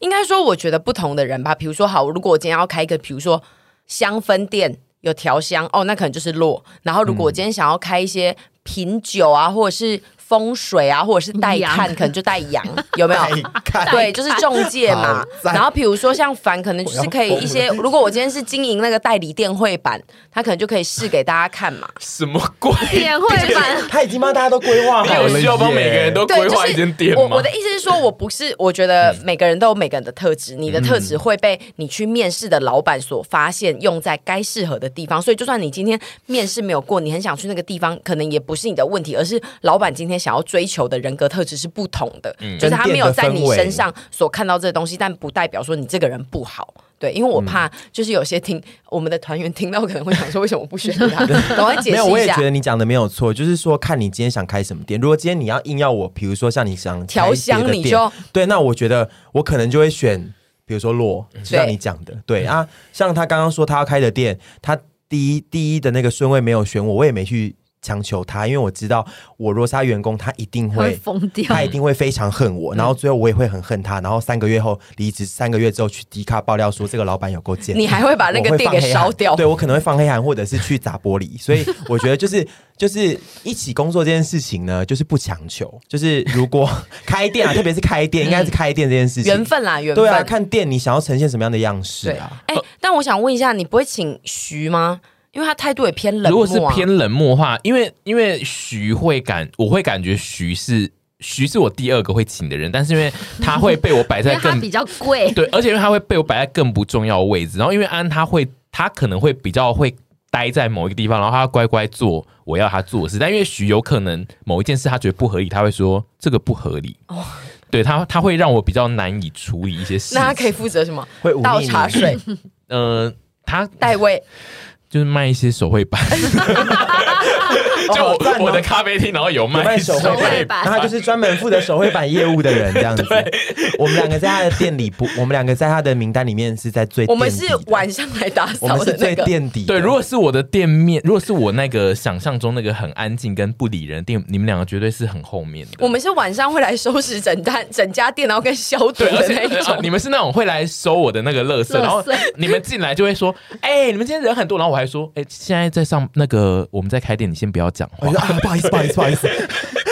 S2: 应该说，我觉得不同的人吧，比如说，好，如果我今天要开一个，比如说香氛店有调香，哦，那可能就是洛。然后，如果我今天想要开一些品酒啊，或者是风水啊，或者是带
S6: 羊
S2: 看，可能就带羊，有没有？
S4: 看
S2: 对，就是中介嘛
S4: 好。赞
S2: 然后比如说像凡，可能就是可以一些，如果我今天是经营那个代理店绘板，他可能就可以试给大家看嘛。
S1: 什么鬼？ [laughs]
S6: 点会版。
S4: 她已经帮大家都规划
S1: 你
S4: 好了
S1: 有
S4: 耶，
S1: 需要帮每个人都
S2: 对，
S1: 规划一
S2: 就
S1: 间
S2: 是
S1: 店吗？嗯
S2: 我我的意思是说，我不是，我觉得每个人都有每个人的特质，你的特质会被你去面试的老板所发现，用在该适合的地方。所以，就算你今天面试没有过，你很想去那个地方，可能也不是你的问题，而是老板今天想要追求的人格特质是不同的，
S1: 嗯
S2: 就是他没有在你身上所看到这东西，但不代表说你这个人不好。对，因为我
S1: 嗯
S2: 怕就是有些听我们的团员听到可能会想说，为什么不选
S1: [laughs]
S2: 他？啊赶快解释
S4: 没有，我
S2: 一
S4: 也
S2: 下
S4: 觉。得你讲的没有错，就是说看你今天想开什么店。如果今天你要硬要我，比如说像你想开
S2: 调香
S4: 别的
S2: 你
S4: 店
S2: 就
S4: 对，那我觉得我可能就会选，比如说洛，
S2: 嗯
S4: 就像你讲的，对啊，像他刚刚说他要开的店，他第一第一的那个顺位没有选我，我也没去强求他，因为我知道我若是他员工，他一定
S6: 他会
S4: 会
S6: 疯掉
S4: 他一定会非常恨我，
S2: 嗯
S4: 然后最后我也会很恨他，然后三个月后离职，三个月之后去迪卡爆料说这个老板有够贱，
S2: 你还会把那
S4: 我
S2: 个
S4: 会
S2: 店
S4: 放
S2: 给
S4: 黑
S2: 烧
S4: 函
S2: 掉？
S4: 对我可能会放黑函，或者是去砸玻璃。所以我觉得就是就是一起工作这件事情呢，就是不强求。就是如
S2: [laughs]
S4: 果开店啊，特别是开店，应该是开店这件事
S2: 嗯
S4: 情，
S2: 缘分啦，缘分。
S4: 对啊，看店你想要呈现什么样的样式
S2: 对
S4: 啊。
S2: 哎、但我想问一下，你不会请徐吗？因为他态度也偏冷
S1: 如
S2: 漠、
S1: 果
S2: 啊。
S1: 是偏冷漠的话，因为因为徐会感， [laughs] 我会感觉徐是徐是我第二个会请的人，但是因为他会被我摆
S6: 因
S1: 在
S6: 为他
S1: 更
S6: 比较贵，
S1: [laughs] 对，而且因为他会被我摆在更不重要的位置，然后因为安他会他可能会比较会待在某一个地方，然后他乖乖做
S2: 哦
S1: 我要他做的事，但因为徐有可能某一件事他觉得不合理，他会说这个不合理，对它它会让我比较难以处理一些事情。
S2: 那他可以负责什么
S4: 会忤逆？
S2: 倒
S4: 你
S2: 茶水、
S1: 呃，它
S2: 代
S4: 哎
S2: 位，
S1: 就是卖一些手绘
S4: [laughs]
S1: 板，就
S4: 哦好赞
S1: 我
S4: 哦
S1: 我的咖啡厅，然后有
S4: 有
S1: 卖
S4: 卖手绘
S6: 手绘
S4: 板，然
S6: 板
S4: 后他就是专门负责手绘板业务
S2: [laughs]
S4: 的人，这样子。我们两个在他的店里不，我们两个在他的名单里面是在最
S2: 我们
S4: 垫底
S2: 是
S4: 的
S2: 晚上来打
S4: 我
S2: 扫
S4: 们是
S2: 的
S4: 最
S2: 那个。
S4: 垫底的。
S1: 对，如果是我的店面，如果是我那个想象中那个很安静跟不理人的店，你们两个绝对是很后面的。
S2: 我们是晚上会来收拾整单整家店，然后跟消毒
S1: 对，而
S2: 的
S1: 且
S2: 那一
S1: 呃
S2: 种。
S1: 你们是那种会来收我的那个垃圾，
S6: 垃圾
S1: 然后你们进来就会说：“哎、你们今天人很多。”然后我还说：“哎、现在在上那个我们在开店，你先不要讲
S4: 我
S1: 话。
S4: 说啊，不好意思，不好意思，不好意思，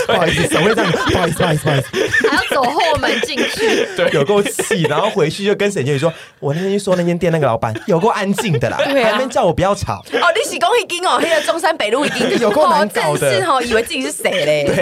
S4: 不好意思，手绘这样，不好意思，不好意思，不好意思，
S6: 还要走后门进去，
S4: 有够气，然后回去就跟沈杰宇说，我那天去说那间店那个老板有够安静的啦，
S2: 对啊
S4: 还没叫我不要吵。
S2: 哦，你喜公一斤哦，那个中山北路一斤
S4: 有够难搞的
S2: 哦真是哦，以为自己是谁嘞？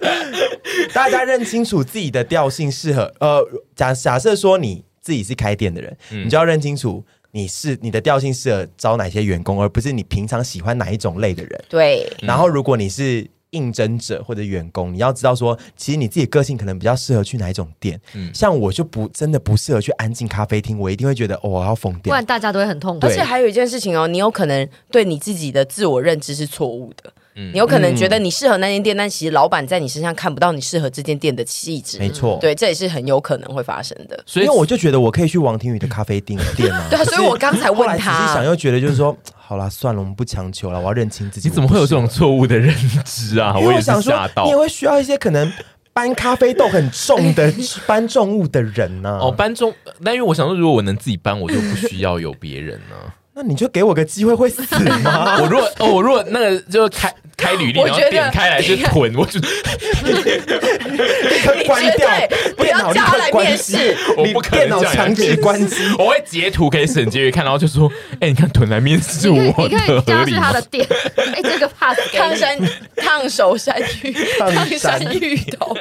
S1: [laughs]
S4: 大家认清楚自己的调性适合。呃，假假设说你自己是开店的人，
S1: 嗯
S4: 你就要认清楚你是你的调性适合招哪些员工，而不是你平常喜欢哪一种类的人。
S2: 对，
S1: 嗯
S4: 然后，如果你是应征者或者员工，你要知道说，其实你自己个性可能比较适合去哪一种店。
S1: 嗯
S4: 像我就不真的不适合去安静咖啡厅，我一定会觉得、哦、我要疯
S6: 不
S4: 掉。
S6: 然大家都会很痛苦
S2: 而。且还有一件事情哦，你有可能对你自己的自我认知是错误的。
S4: 嗯
S2: 你有可能觉得你适合那间店，但其实老板在你身上看不到你适合这间店的气质。
S4: 没错
S2: 嗯对，这也是很有可能会发生的”。
S1: 所
S4: 因
S1: 以
S4: 为我就觉得我可以去王庭宇的咖啡店店啊。
S2: [laughs] 对啊，
S4: 可是
S2: 所以我刚才
S4: 后
S2: 问
S4: 来仔细想，
S2: 他，
S4: 又觉得就是说，好啦，算了，我们不强求了，我要认清自己。
S1: 你怎么会有这
S4: 我
S1: 种
S4: 不适合
S1: 错误的认知啊？
S4: 因为
S1: 也
S4: 我
S1: 是
S4: 想说
S1: 吓，到
S4: 你。也会需要一些可能搬咖啡豆很重
S1: [laughs]
S4: 的搬重物的人呢、
S1: 哦，搬中，但因为我想说，如果我能自己搬，我就不需要有别人啊呢、
S4: 那你就给我个机会，会死
S1: [laughs]
S4: 吗？
S1: 我如果哦，我如果那个就开开履历，
S2: 我
S1: 然后
S2: 觉得
S1: 点开来是囤，我就
S4: 立刻关
S2: 你绝
S4: 掉
S2: 对，不
S4: 电
S2: 要
S4: 脑立
S2: 叫他
S4: 刻
S2: 来
S4: 关
S2: 面
S4: 机
S2: 试，
S1: 我
S4: 你
S1: 不可能
S4: 电脑
S1: 这样
S4: 强制关
S1: [laughs]
S4: 机。
S1: 我会截图给沈杰宇看，然后就说：“哎、你看囤来面试
S6: 你可以
S1: 我
S6: 你可以
S1: 的，合
S6: 加
S1: 理
S6: 去
S1: 吗
S6: 他的店， [laughs] 哎，这个 pass 给
S2: 烫
S6: 你。
S2: 山烫手山
S4: [laughs]
S2: 芋，
S4: 烫
S2: 烫
S4: 山
S2: 山芋头，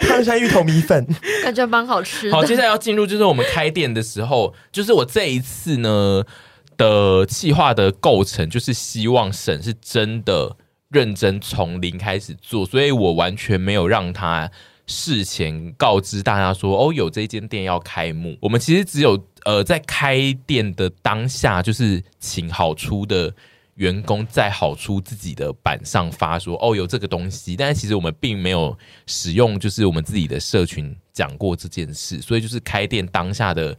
S4: 汤山芋头米粉，
S6: 感觉蛮好吃
S1: 好，
S6: 的。
S1: 接下来要进入就是我们开店的时候，就是我这一次呢的企划的构成，就是希望沈是真的认真从零开始做，所以我完全没有让他事前告知大家说哦有这间店要开幕。我们其实只有呃在开店的当下，就是请好出的。员工在好出自己的板上发说哦有这个东西，但是其实我们并没有使用，就是我们自己的社群讲过这件事，所以就是开店当下的，呃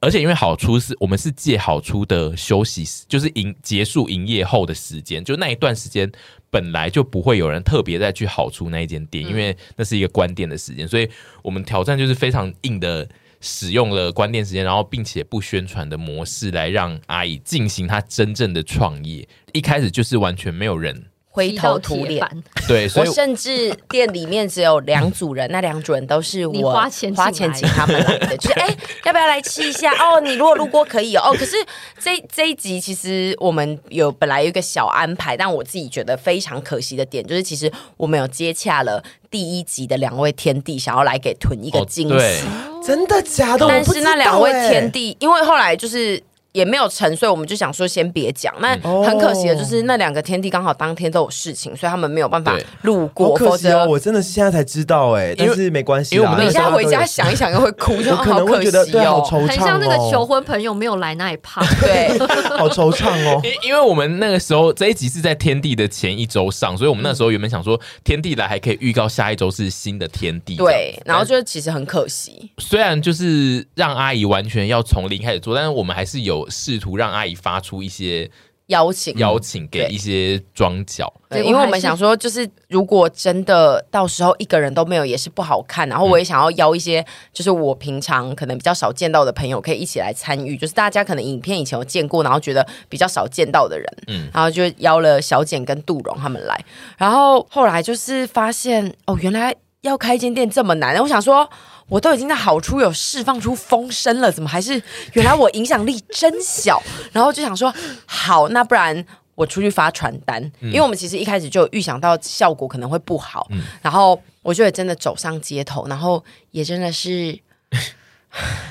S1: 而且因为好出是我们是借好出的休息时，就是营结束营业后的时间，就那一段时间本来就不会有人特别再去好出那一间店，因为那是一个关店的时间，所以我们挑战就是非常硬的。使用了关店时间，然后并且不宣传的模式来让阿姨进行她真正的创业。一开始就是完全没有人
S2: 灰
S6: 踢到
S2: 头土
S6: 铁
S2: 脸。
S6: 板
S1: 对，所
S2: 我
S1: 以
S2: 甚至店里面只有两组人，那两组人都是
S6: 你
S2: 我
S6: 花钱
S2: 花
S6: 请
S2: 钱
S6: 来
S2: 请他们来的，就是哎、要不要来吃一下？哦，你如果路过可以哦。哦可是这这一集其实我们有本来有一个小安排，但我自己觉得非常可惜的点就是，其实我们有接洽了第一集的两位天帝，想要来给屯一个
S1: 哦
S2: 惊喜。
S1: 对
S4: 真的假的？
S2: 但
S4: 啊我不
S2: 是
S4: 知道
S2: 那两位
S4: 欸
S2: 天帝，因为后来就是。也没有成，所以我们就想说先别讲。那
S4: 哦
S2: 很可惜的就是那两个天帝刚好当天都有事情，所以他们没有办法
S1: 对
S2: 路
S4: 好
S2: 过，
S4: 可
S2: 否
S4: 惜哦，
S2: 则
S4: 我真的是现在才知道哎，
S1: 因为
S4: 但是没关系
S1: 因为
S4: 啦，
S1: 我们那个
S2: 你现
S1: 时
S2: 在
S1: 候
S2: 回家想一想又会哭，就
S4: 我可
S2: 好
S4: 能
S2: 可
S4: 会觉得
S2: 惜
S4: 对，好
S2: 哦。
S4: 惆
S6: 很
S4: 怅
S6: 像那个求
S2: [laughs]
S4: 哦，
S6: 婚朋友没有来那一趴，
S2: 对，
S4: 好惆怅哦。
S1: 因因为我们那个时候这一集是在天地的前一周上，所以我们那时候原本想说天地来还可以预告下一周是新的天地。
S2: 对，然后就是其实很可惜，
S1: 虽然就是让阿姨完全要从零开始做，但是我们还是有试图让阿姨发出一些
S2: 邀请
S1: 邀请给
S2: 对
S1: 一些庄脚。
S2: 对，
S6: 结
S2: 因
S6: 果
S2: 为我
S6: 还
S2: 们
S6: 是
S2: 想说，就是如果真的到时候一个人都没有，也是不好看。啊然后我也想要邀一些，就是我平常可能比较少见到的朋友，可以一起来参与。就是大家可能影片以前有见过，然后觉得比较少见到的人，嗯，然后就邀了小简跟杜荣他们来。然后后来就是发现，哦，原来要开一间店这么难。我想说。我都已经在好处有释放出风声了，怎么还是原来我影响力真小？然后就想说，好，那不然我出去发传单，
S1: 嗯
S2: 因为我们其实一开始就有预想到效果可能会不好，然后我就也真的走上街头，然后也真的是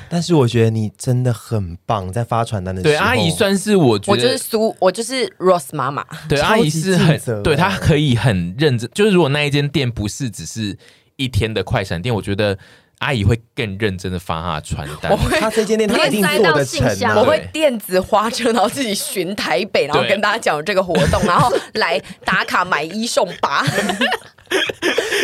S4: 但是我觉得你真的很棒，在发传单的时候，
S1: 对，阿姨算是我觉
S2: 我
S1: 得
S2: 就是苏，我就是 Rose 妈妈。
S1: 对，
S4: 超
S1: 阿姨
S4: 级
S1: 是
S4: 尽
S1: 很
S4: 责
S1: 对，
S4: 欸
S1: 她可以很认真。就是如果那一间店不是只是一天的快闪店，我觉得阿姨会更认真的发她的传单
S2: 我。会
S4: [laughs] 他这间店他一定
S6: 塞
S4: 做
S6: 到
S4: 得
S6: 信
S4: 成、啊，
S6: 箱
S2: 我
S1: 对
S2: 会电子花车，然后自己巡台北，然后
S1: 对
S2: 跟大家讲有这个活动，然后来打卡买一送八。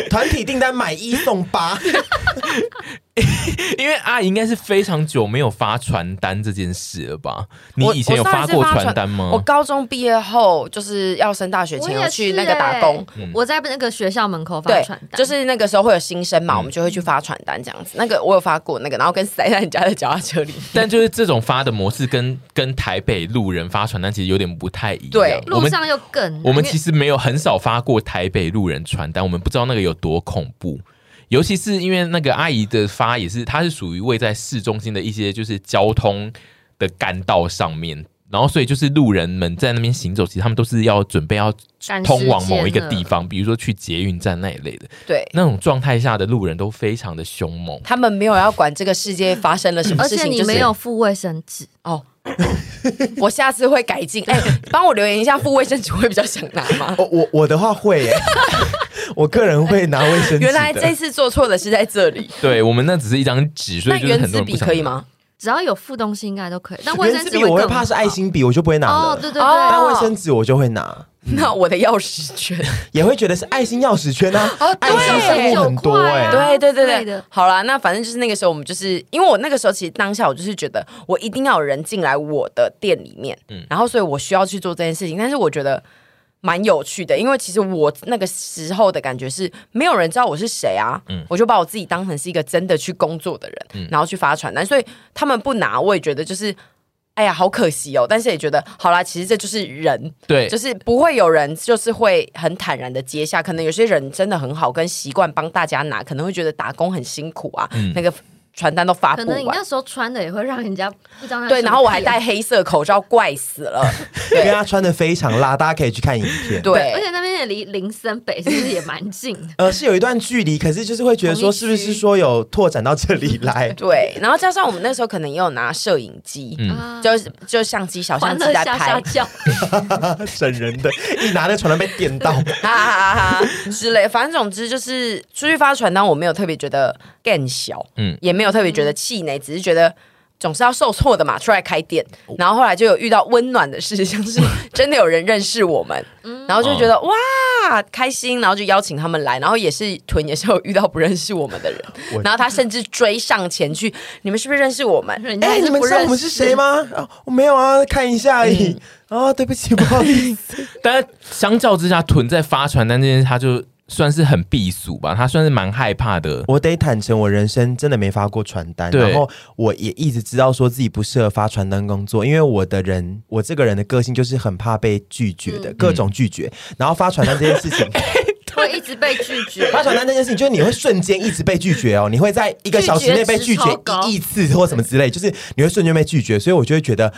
S4: 团体订单买一送 [laughs] 八，
S1: [laughs] 因为阿姨应该是非常久没有发传单这件事了吧？你
S2: 我
S1: 以前有
S2: 我上一次
S1: 过
S2: 发
S1: 传单吗
S2: 我？高中毕业后就是要升大学
S6: 我
S2: 前
S6: 也
S2: 有去那个打工。
S1: 嗯
S6: 是欸，我在那个学校门口发
S2: 对
S6: 传，单，
S2: 就是那个时候会有新生嘛，我
S1: 嗯
S2: 们就会去发传单这样子。那个我有发过那个，然后跟塞在你家的脚踏车里。
S1: 但就是这种发的模式跟跟台北路人发传单其实有点不太一样。
S2: 对
S1: 我
S6: 路
S1: 们
S6: 上又更
S1: 我们其实没有很少发过台北路人传单，我们不知道那个有多恐怖。尤其是因为那个阿姨的发也是，她是属于位在市中心的一些就是交通的干道上面，然后所以就是路人们在那边行走，其实他们都是要准备要
S6: 赶时
S1: 通往
S6: 间
S1: 某一个
S6: 了
S1: 地方，比如说去捷运站那一类的。
S2: 对，
S1: 那种状态下的路人都非常的凶猛，
S2: 他们没有要管这个世界发生了什么
S6: 而
S2: 事
S6: 且
S2: 情，
S6: 你
S2: 就是
S6: 没有付卫生纸，
S2: 哦。我下次会改进。哎、帮我留言一下，付卫生纸会比较想拿吗？
S4: 哦我我我的话会、耶， [laughs] 我个人会拿卫生纸的。
S2: 原来这次做错的是在这里。
S1: 对我们那只是一张纸，所
S2: 那
S1: 以就是
S2: 原
S1: 很多
S2: 子
S1: 人不
S2: 笔
S1: 想
S2: 可以
S1: 拿？
S2: 吗？
S6: 只要有付东西应该都可以。但卫
S4: 原
S6: 生
S4: 子
S6: 纸
S4: 笔我会
S6: 更
S4: 怕是
S6: 好
S4: 爱心笔，我就不会拿了。
S6: 哦，对对对，
S2: 哦
S4: 但卫生纸我就会拿，
S2: 那我的钥匙圈。
S4: 也会觉得是爱心钥匙圈啊，
S2: [laughs] 哦对
S4: 爱心项目很多哎、
S6: 有块啊
S2: 对对
S6: 之
S2: 对
S6: 类
S2: 对
S6: 的，
S2: 好啦，那反正就是那个时候，我们就是因为我那个时候其实当下我就是觉得我一定要有人进来我的店里面，然后所以我需要去做这件事情，但是我觉得蛮有趣的，因为其实我那个时候的感觉是没有人知道我是谁啊，我就把我自己当成是一个真的去工作的人，然后去发传单，所以他们不拿，我也觉得就是。哎呀，好可惜哦！但是也觉得好啦，其实这就是人，
S1: 对，
S2: 就是不会有人就是会很坦然的接下，可能有些人真的很好，跟习惯帮大家拿，可能会觉得打工很辛苦啊，那个传单都发
S4: 啊
S6: 可
S2: 不
S6: 能你那
S2: 完。
S6: 时候穿的也会让人家不知道那是
S2: 对，
S6: 什么啊
S2: 然后我还
S6: 片
S2: 戴黑色口罩，怪死
S6: [laughs]
S2: 了。
S4: 因为他穿的非常辣，大家可以去看影片。？
S6: 而
S2: 对，
S6: 且那边也离林森北是不是也蛮近的
S4: 呃，是有一段距离，可是就是会觉得说，
S6: 同一区
S4: 是不是说有拓展到这里来？
S2: 对，然后加上我们那时候可能也有拿摄影机，
S6: 啊
S2: [laughs] 就是就相机、小
S6: 欢
S2: 相机
S6: 乐
S2: 在
S6: 下
S2: 拍，
S6: 下叫，
S4: 整人
S6: [laughs]
S4: 的，一拿那传单被电到，
S2: [laughs] 哈哈哈哈之类。反正总之就是出去发传单，我没有特别觉得更小，
S1: 嗯
S2: 嗯，也没有特别觉得气馁，只是觉得。总是要受挫的嘛，出来开店，然后后来就有遇到温暖的事，像是真的有人认识我们，然后就觉得哇开心，然后就邀请他们来，然后也是屯也是有遇到不认识我们的人，然后他甚至追上前去，你们是不是认识我们？
S6: 人家
S4: 哎、
S6: 还
S4: 你
S6: 是
S4: 们
S6: 不
S4: 知道
S6: 认
S4: 我
S6: 识嗯
S4: 们是谁？吗？啊，我没有啊，看一下而已。啊，对不起，不好意思。
S1: 但相较之下，囤在发传单这件事，他就算是很避暑吧，他算是蛮害怕的。
S4: 我得坦诚，我人生真的没发过传单，
S1: 对
S4: 然后我也一直知道说自己不适合发传单工作，因为我的人，我这个人的个性就是很怕被拒绝
S1: 嗯
S4: 的，各种拒绝。然后发传单这件
S1: [laughs]
S4: 事情，
S6: 会一直被拒绝。
S4: [laughs] 发传单这件事情，就是你会瞬间一直被拒绝哦，你会在一个小时内被拒绝
S6: 拒绝值超高
S4: 一亿次或什么之类，就是你会瞬间被拒绝，所以我就会觉得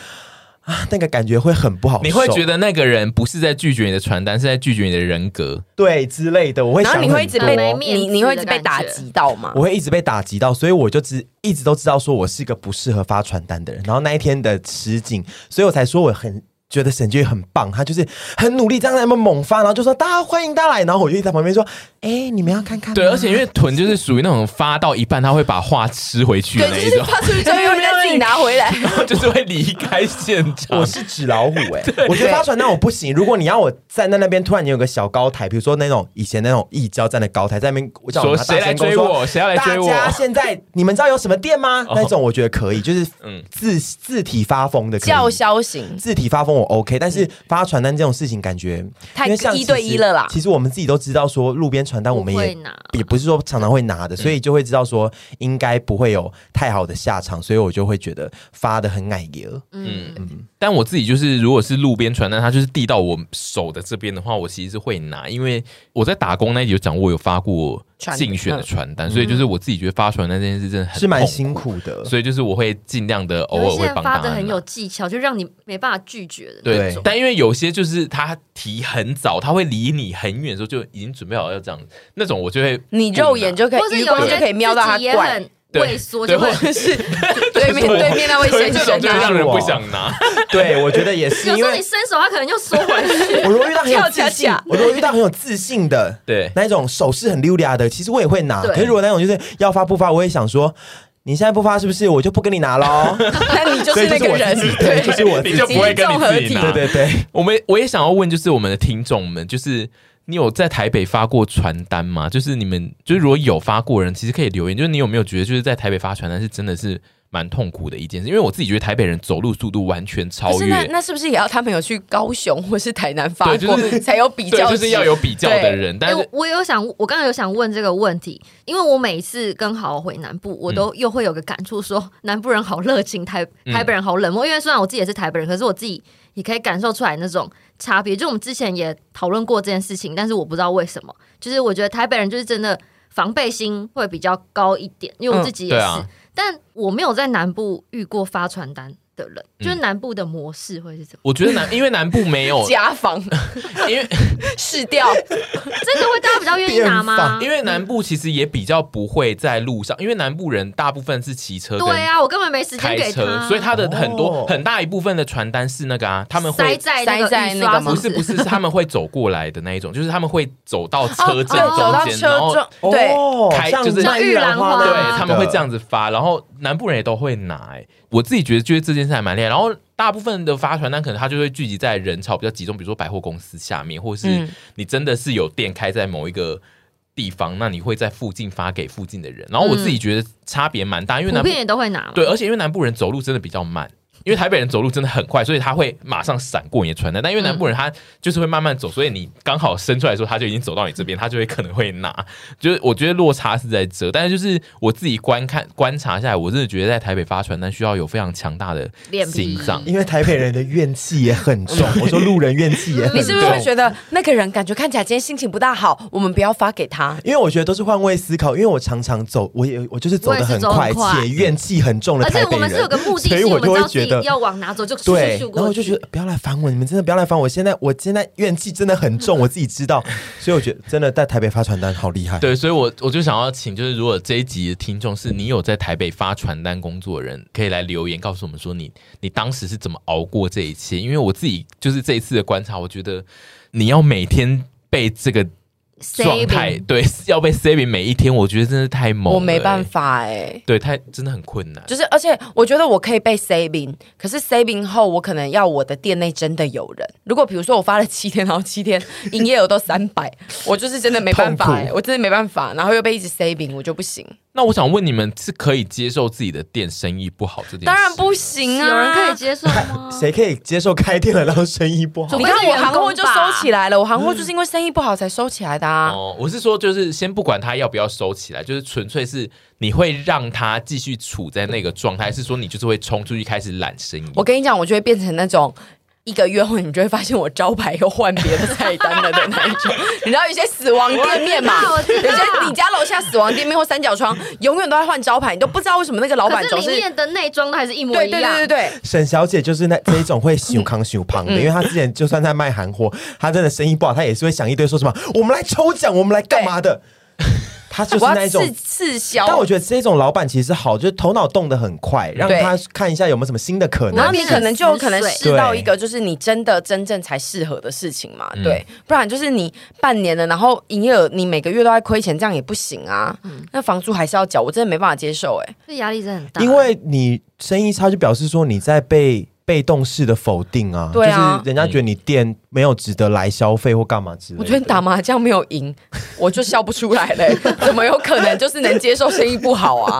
S4: 啊，那个感觉会很不好受，
S1: 你会觉得那个人不是在拒绝你的传单，是在拒绝你的人格。
S4: 对之类的，我会
S2: 然
S4: 想
S2: 后你会一直
S4: 很多
S2: 被
S6: 没面
S2: 你
S6: 子
S2: 你会一直
S6: 的
S2: 被
S6: 感
S2: 打
S6: 觉
S2: 击到吗？
S4: 我会一直被打击到，所以我就知一直都知道说我是一个不适合发传单的人。然后那一天的实景，所以我才说我很。觉得沈俊很棒，他就是很努力，这样在那么猛发，然后就说大家欢迎大家来，然后我就一直在旁边说，哎、你们要看看吗
S1: 对，而且因为囤就是属于那种发到一半他会把话吃回去的
S2: 对，
S1: 那
S2: 就
S1: 一
S2: 是
S1: 种，
S2: 发出去之后，又再自己拿回来。
S1: [laughs] 然后就是会离开现场
S4: 我。是纸老虎哎、我觉得发传单我不行。如果你要我站在那边，突然你有个小高台，比如说那种以前那种义交站的高台，在那边叫
S1: 说
S4: 我拿大
S1: 谁来
S4: 声公
S1: 追
S4: 说
S1: 我，谁要来追我？
S4: 大家现在你们知道有什么店吗？那种我觉得可以，就是字字体发疯的可以
S2: 叫嚣型，
S4: 字体发疯我 OK，但是发传单这种事情感觉
S2: 太
S4: 因为像
S2: 一对
S4: 其实
S2: 一了啦
S4: 其实我们自己都知道说路边传单我们
S6: 不
S4: 也
S6: 会拿
S4: 也不是说常常会拿的，所以就会知道说应该不会有太好的下场，所以我就会觉得发的很矮油。
S1: 但我自己就是，如果是路边传单，它就是递到我手的这边的话，我其实是会拿，因为我在打工那一集有讲过，我有发过
S2: 传嗯
S1: 竞选的传单，所以就是我自己觉得发传单这件事真的很
S4: 是蛮
S1: 痛
S4: 辛苦的，
S1: 所以就是我会尽量的偶
S6: 有
S1: 尔
S6: 一些
S1: 会
S6: 人
S1: 帮
S6: 发
S1: 大
S6: 的
S1: 家
S4: 啊
S6: 很
S1: 拿
S6: 有技巧，就让你没办法拒绝的。
S1: 对
S4: 对，
S1: 但因为有些就是他提很早，他会离你很远的时候就已经准备好要这样，那种我就会
S2: 你肉眼就可
S6: 或者
S2: 以，余
S6: 有
S2: 光
S6: 人
S2: 就可以瞄到他
S6: 自己
S2: [laughs]
S6: 也
S2: 怪。
S6: 很
S1: 对
S6: 畏缩，就会
S1: 对
S2: 是对面对面那位
S1: [laughs] 对
S2: 先
S1: 这
S2: 生
S1: 种就会
S2: 啊
S1: 让人不想
S4: [laughs]
S1: 拿。
S4: 对，我觉得也
S6: [laughs]
S4: 是，
S6: 有
S4: 因
S6: 时候你
S4: 为
S6: 伸手，他可能又缩回去。
S4: 我如果遇到很有自
S2: 跳恰
S4: 信
S2: 恰，
S4: 我如果遇到很有自信的，
S1: 对
S4: 那一种手势很溜达的，其实我也会拿。
S6: 对
S4: 可是如果那种就是要发不发，我也想说。你现在不发是不是？我就不跟你拿喽。
S2: 那你就
S4: 所
S2: 是
S4: 以就
S2: 那
S4: 是
S2: 个
S4: 我
S2: 人
S4: 自己，对，就是我自
S1: 你
S4: 己
S1: 就。不会跟你自己拿。
S4: 对对对，
S1: 我们我也想要问，就是我们的听众们，就是你有在台北发过传单吗？就是你们，就是如果有发过的人，其实可以留言，就是你有没有觉得，就是在台北发传单是真的是蛮痛苦的一件事？因为我自己觉得台北人走路速度完全
S2: 可
S1: 超
S2: 是那
S1: 越。
S2: 那是不是也要他们有去高雄或是台南发
S1: 对
S2: 过
S1: 就是
S2: 才有比
S1: 对，
S2: 较值？
S1: 就是要有比较的
S2: 对，
S1: 人，但
S6: 哎、
S1: 是
S6: 我我有想，我刚刚有想问这个问题，因为我每一次跟好好回南部，我都又会有个感触说，南部人好热情，台
S1: 嗯
S6: 台北人好冷漠。因为虽然我自己也是台北人，可是我自己也可以感受出来那种差别。就我们之前也讨论过这件事情，但是我不知道为什么，就是我觉得台北人就是真的防备心会比较高一点，因为我自己
S1: 嗯
S6: 也是，
S1: 对啊
S6: 但我没有在南部遇过发传单的人，
S1: 嗯
S6: 就是南部的模式会是怎么？
S1: 我觉得南，因为南部没有
S6: [laughs]
S2: 家访
S1: [laughs] 因为
S2: [laughs] 试调，
S6: 真的会大家比较愿意拿
S1: [laughs]
S6: 吗？
S1: 因为南部其实也比较不会在路上，因为南部人大部分是骑车跟
S6: 对啊，我根本没时间
S1: 开
S6: 给
S1: 车，
S6: 他，
S1: 所以他的很多
S4: 哦
S1: 很大一部分的传单是那个啊，他们
S6: 塞
S1: 会
S6: 在那个
S2: 塞在
S6: 雨
S2: 那
S6: 刷
S2: 个
S6: 上
S2: 吗
S1: 不是不是，是他们会走过来的那一种，就是他们会走到 [laughs] 车
S2: 哦，
S1: 阵
S2: 对，走到
S1: 中间，然后
S2: 车中，对，
S4: 哦
S1: 开
S4: 像
S1: 就是
S4: 卖玉兰花
S6: 像玉兰花
S1: 对
S4: 的，
S1: 他们会这样子发，然后南部人也都会拿、欸。我自己觉得就是这件事还蛮厉害。然后大部分的发传单可能他就会聚集在人潮比较集中，比如说百货公司下面，或是
S2: 嗯
S1: 你真的是有店开在某一个。地方，那你会在附近发给附近的人，然后我自己觉得差别蛮大，因为
S6: 嗯普
S1: 南部
S6: 遍也都会拿嘛。
S1: 对，而且因为南部人走路真的比较慢，因为台北人走路真的很快，所以他会马上闪过你的传单。但因为南部人他就是会慢慢走，所以你刚好伸出来的时候，他就已经走到你这边，他就会可能会拿。就是我觉得落差是在这，但是就是我自己观看观察下来，我真的觉得在台北发传单需要有非常强大的
S6: 脸皮
S1: 心脏。
S4: 因为台北人的怨气也很
S6: [laughs]
S4: 重。我说路人怨气也很重。
S2: 你是不是会觉得那个人感觉看起来今天心情不大好，我们不要发给他？
S4: 因为我觉得都是换位思考，因为我常常走，我也我就是走
S6: 我也
S4: 的
S6: 是
S4: 很
S6: 走
S4: 快，
S6: 很快
S4: 且怨气很重的
S6: 而
S4: 台
S6: 且
S4: 北
S6: 我们是有
S4: 人
S6: 个，目的
S4: 所以
S6: 性，我
S4: 我
S6: 们
S4: 就
S6: 知
S4: 会
S6: 道自
S4: 觉
S6: 己
S4: 得
S6: 要往哪走就咻
S4: 对
S6: 咻咻，
S4: 然后
S6: 过
S4: 我就觉
S6: 去。
S4: 得不要来烦我，你们真的不要来烦我，现在我现在怨气真的很重，我自己知道，
S6: [laughs]
S4: 所以我觉得真的在台北发传单好厉害。
S1: 对，所以我我就想要请，就是如果这一集的听众是你有在台北发传单工作的人，可以来留言告诉我们说你你当时是怎么熬过这一切。因为我自己就是这一次的观察，我觉得你要每天被这个状态
S6: saving
S1: [laughs] 对，要被 saving 每一天，我觉得真的太猛了、
S2: 我没办
S1: 欸，
S2: 法哎、
S1: 对，太真的很困难。
S2: 就是，而且我觉得我可以被 saving，可是 saving 后，我可能要我的店内真的有人。如果比如说我发了七天，然后七天营业额都三百，我就是真的没办法、
S4: 痛
S2: 欸，我真的没办法，然后又被一直 saving，我就不行。
S1: 那我想问你们，是可以接受自己的店生意不好这件事？
S2: 当然不行啊，
S6: 有人可以。接受吗？
S4: 谁可以接受开店了然后生意不好
S6: 除
S2: 你
S6: 非？
S2: 看我行货
S6: 员
S2: 就
S6: 工吧
S2: 收起来了，我行货就是因为生意不好才收起来的啊。
S1: 哦，我是说，就是先不管他要不要收起来，就是纯粹是你会让他继续处在那个状态，还是说你就是会冲出去开始揽生意？
S2: 我跟你讲，我就会变成那种。一个月后，你就会发现我招牌又换别的菜单了的那一种。你知道有些死亡店面嘛
S6: 我？知
S2: 有
S6: 道
S2: 些你家楼下死亡店面或三角窗，永远都在换招牌，你都不知道为什么那个老
S6: 可
S2: 板
S6: 是
S2: 总
S6: 里
S2: 是
S6: 面的内装都还是一模
S2: 对
S6: 一
S2: 对
S6: 样。
S2: 对对对，
S4: 沈小姐就是那这一种会修康修胖的，
S2: 嗯
S4: 因为她之前就算在卖韩货，她真的生意不好，她也是会想一堆说什么我们来抽奖，我们来干嘛的，她就是
S2: 哎我
S4: 那
S2: 要
S4: 一种
S2: 刺刺销。
S4: 但我觉得这种老板其实好，就是头脑动得很快，让
S2: 对
S4: 他看一下有没有什么新的可
S2: 然后
S4: 能。
S2: 你
S6: 变成
S2: 可能就有可能
S6: 撕碎
S2: 试到一个，就是你真的真正才适合的事情嘛，
S4: 嗯
S2: 对，不然就是你半年了，然后营业额你每个月都在亏钱，这样也不行啊，
S6: 嗯
S2: 那房租还是要缴，我真的没办法接受、哎，
S6: 这压力真的很大。
S4: 因为你生意差，就表示说你在被被动式的否定啊，
S2: 对啊
S4: 就是人家觉得你店没有值得来消费或干嘛之类
S2: 我
S4: 的。
S2: 昨天打麻将没有赢， [laughs] 我就笑不出来
S4: [laughs]
S2: 嘞、怎么有可能就是能接受生意不好啊？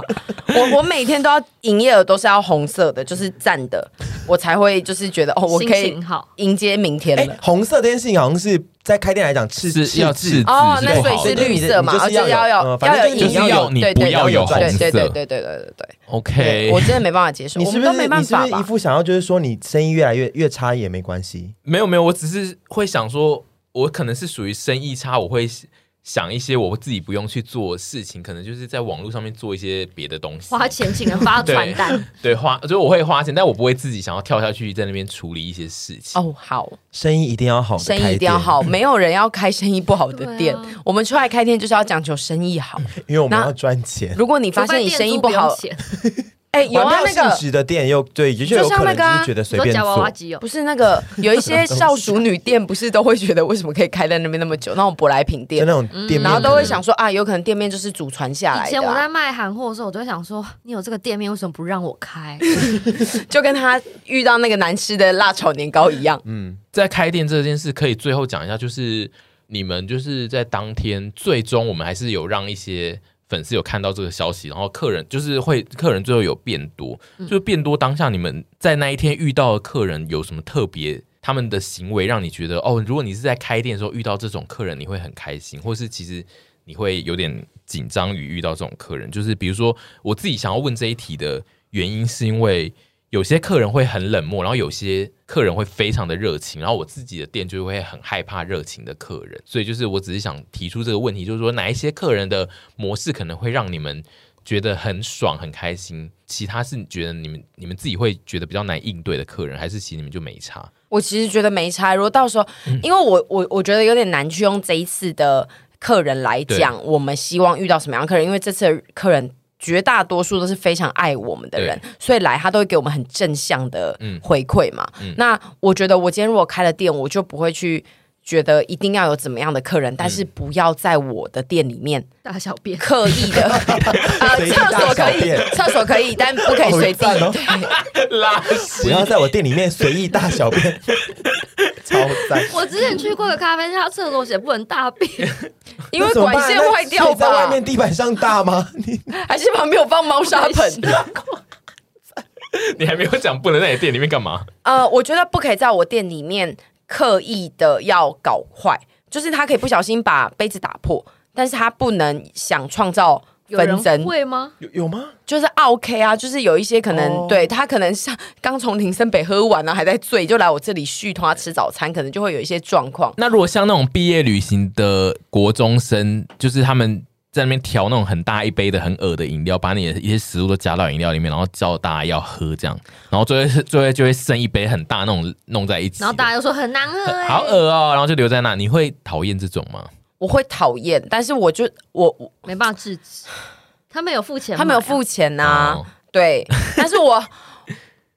S2: 我我每天都要营业额都是要红色的，就是赞的，我才会就是觉得哦，我可
S6: 心
S2: 以
S6: 情好
S2: 迎接明天
S4: 哎
S2: 了。，
S4: 红色这件事情好像是在开店来讲赤
S1: 是要赤字
S4: 字，
S2: 哦，
S1: 是
S2: 那
S1: 不
S2: 所以
S1: 好
S2: 是
S1: 的
S2: 绿色嘛，
S4: 对
S2: 而
S4: 你
S2: 且
S4: 就是
S2: 要
S4: 要有
S2: 有
S4: 呃反正
S2: 有
S4: 就是
S2: 营业
S1: 要
S2: 额
S1: 你
S2: 对
S1: 不
S2: 对
S1: 要
S2: 对
S1: 有
S2: 对
S1: 红
S2: 对对
S1: 色
S2: 对对对对对。对，
S1: OK，
S2: 我真的没办法接受，
S4: 你
S2: 我
S4: 是
S2: 们
S4: 不是
S2: 都没办
S4: 你是不
S2: 法
S4: 是一
S2: 吧？
S4: 副想要就是说你生意越来越越差也没关系？
S1: 没有没有，我只是会想说，我可能是属于生意差，我会想一些我自己不用去做的事情，可能就是在网络上面做一些别的东西，
S6: 花钱请人发传单，
S1: [laughs] 对花，所以我会花钱，但我不会自己想要跳下去在那边处理一些事情。
S2: 哦，好，
S4: 生意一定要好，
S2: 生意一定要，好，没有人要开生意不好的
S6: 对
S2: 店。
S6: 啊
S2: 我们出来开店就是要讲求生意好。
S4: 因为我们
S2: 那
S4: 要赚钱。
S2: 如果你发现你生意不好，
S6: 除非店租
S2: 哎、有啊，那
S4: 信
S2: 个
S4: 实的店又对，的确有
S2: 就像
S4: 可
S2: 那
S4: 能
S2: 个啊
S4: 只是觉得
S6: 不
S4: 随
S6: 用
S4: 便
S6: 钱，你说夹娃
S4: 做
S6: 娃，机哦，
S2: 不是那个有一些 [laughs] 少熟女店，不是都会觉得为什么可以开在那边那么久？那种舶来品
S4: 就
S2: 店
S4: 那，种
S2: 嗯
S4: 店面，
S2: 然后都会想说啊，有可能店面就是祖传下来
S6: 以
S2: 的
S6: 前我在
S2: 啊、
S6: 卖韩货的时候，我就会想说，你有这个店面，为什么不让我开？
S2: 就跟他遇到那个难吃的辣炒年糕一样。
S1: 在开店这件事，可以最后讲一下，就是你们就是在当天，最终我们还是有让一些粉丝有看到这个消息，然后客人就是会客人最后有变多，就是变多当下你们在那一天遇到的客人有什么特别？他们的行为让你觉得哦，如果你是在开店的时候遇到这种客人，你会很开心，或是其实你会有点紧张于遇到这种客人。就是比如说，我自己想要问这一题的原因，是因为有些客人会很冷漠，然后有些客人会非常的热情，然后我自己的店就会很害怕热情的客人，所以就是我只是想提出这个问题，就是说哪一些客人的模式可能会让你们觉得很爽、很开心，其他是觉得你们你们自己会觉得比较难应对的客人，还是其实你们就没差？
S2: 我其实觉得没差。如果到时候，
S4: 嗯
S2: 因为我我我觉得有点难去用这一次的客人来讲，我们希望遇到什么样的客人，因为这次的客人。绝大多数都是非常爱我们的人，所以来他都会给我们很正向的
S1: 嗯
S2: 回馈嘛。那我觉得我今天如果开了店，我就不会去觉得一定要有怎么样的客人，但
S4: 嗯
S2: 是不要在我的店里面 [laughs]
S6: 大小便， [laughs]
S2: 刻意的，呃，
S4: 随地
S2: 厕所可
S4: 大小
S2: 以
S4: 便，
S2: 厕所可以，但不可以随地
S4: 好赞哦
S2: 对
S4: [laughs]
S1: 拉
S4: 不要在我店里面随意大
S2: [laughs]
S4: 小便，超赞。
S6: 我之前去过的咖啡店，它厕所写不能大便，
S2: 因为
S4: 那怎么
S2: 管
S4: 办
S2: 线
S4: 那
S2: 坏掉
S4: 睡在外
S2: 吧？
S4: 面地板上大
S1: [laughs]
S4: 吗？你
S2: 还是旁边有放猫砂
S6: [laughs]
S2: 盆？
S1: [laughs] 你还没有讲不能在你店里面干嘛？
S2: 呃，我觉得不可以在我店里面刻意的要搞坏，就是他可以不小心把杯子打破，但是他不能想创造
S6: 有
S2: 纷
S6: 人
S2: 争，
S6: 会吗？
S4: 有有吗？
S2: 就是 OK 啊，就是有一些可能、
S4: 哦
S2: 对他可能像刚从林森北喝完了、还在醉，就来我这里续托他吃早餐，可能就会有一些状况。
S1: 那如果像那种毕业旅行的国中生，就是他们在那边调那种很大一杯的很恶的饮料，把你的一些食物都加到饮料里面，然后叫大家要喝这样，然后最后 [laughs] 最后就会剩一杯很大那种弄在一起的，
S6: 然后大家又说很难喝、欸，
S1: 好恶哦、然后就留在那。你会讨厌这种吗？
S2: 我会讨厌，但是我就我我
S6: 没办法制止。他们有付钱，啊
S2: 他们有，付钱呐、
S1: 哦
S2: 对，但是我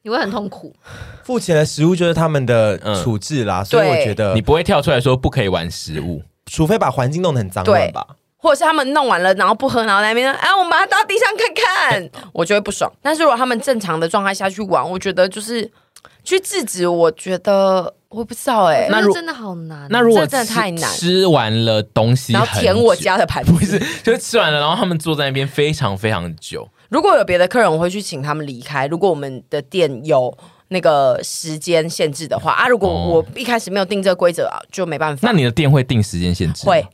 S6: 你会很痛苦。
S4: 付钱的食物就是他们的
S1: 嗯
S4: 处置啦，所以我
S2: 对
S4: 觉得
S1: 你，不会跳出来说不可以玩食物，
S4: 除非把环境弄得很脏乱吧。
S2: 或者是他们弄完了，然后不喝，然后在那边哎，我们把它倒地上看看，我就会不爽。但是如果他们正常的状态下去玩，我觉得就是去制止，我觉得我不知道哎、
S1: 那
S6: 那
S1: 如
S6: 真的好难。
S1: 那如果
S2: 这真的
S1: 吃
S2: 太难
S1: 吃完了东西
S2: 然
S1: 很久，
S2: 后舔我家的盘
S1: 不
S2: 子。
S1: 是， [laughs] 就是吃完了，然后他们坐在那边非常非常
S2: [laughs]
S1: 久。
S2: 如果有别的客人，我会去请他们离开。如果我们的店有那个时间限制的话啊，如果
S1: 哦
S2: 我一开始没有定这个规则啊，就没
S1: [laughs]
S2: 办法。
S1: 那你的店会定时间限制吗？
S2: 会，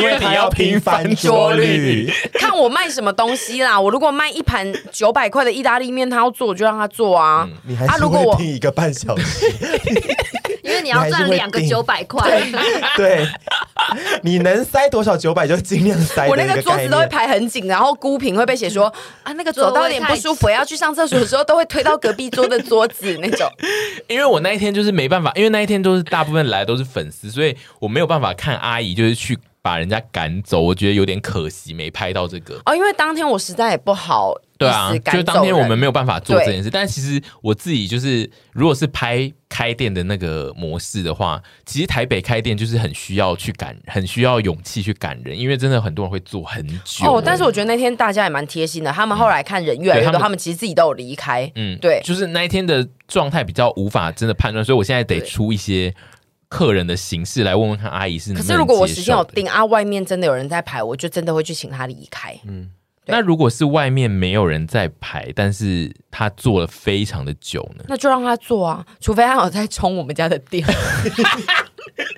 S1: 因为你
S4: [laughs]
S1: 要频繁
S4: 拙
S1: 着
S4: 虑
S1: 力。
S2: 看我卖什么东西啦。我如果卖一盘九百块的意大利面，他要做我就让他做啊。
S4: 你还
S2: 啊，
S4: 是
S2: 如果
S4: 会
S2: 我
S4: 定一个半小时，
S6: 因为你要赚两个
S4: 你还是
S6: 九
S4: 会
S6: 百块，
S4: [laughs] 对，你能塞多少九百就尽量塞。
S2: 我那个
S4: 个
S2: 桌
S4: 概
S2: 子都会
S4: 念。
S2: 排很紧，然后孤品会被写说啊，那个走到有点不舒服，要去上厕所的时候都会推到隔壁桌的桌子那 [laughs] 种。
S1: 因为我那一天就是没办法，因为那一天都是大部分来都是粉丝，所以我没有办法看阿姨就是去把人家赶走，我觉得有点可惜，没拍到这个。
S2: 哦，因为当天我实在也不好
S1: 对啊
S2: 意思，赶
S1: 就
S2: 走
S1: 当天我们
S2: 人
S1: 没有办法做
S2: 对
S1: 这件事，但其实我自己就是，如果是拍开店的那个模式的话，其实台北开店就是很需要去赶，很需要勇气去赶人，因为真的很多人会做很久。
S2: 哦，但是我觉得那天大家也蛮贴心的，他们后来看人越来越
S1: 对他
S2: 多，
S1: 们
S2: 他们其实自己都有离开。
S1: 嗯
S2: 对
S1: 就是那一天的状态比较无法真的判断，所以我现在得
S2: 对
S1: 出一些客人的形式来问问看阿姨是能
S2: 可
S1: 不能
S2: 是如果我时
S1: 接
S2: 间
S1: 受
S2: 有
S1: 的
S2: 定啊，外面真的有人在排，我就真的会去请他离开。
S1: 嗯
S2: 对
S1: 那如果是外面没有人在排，但是他做了非常的久呢？
S2: 那就让他做啊，除非他有在冲我们家的店。 [laughs]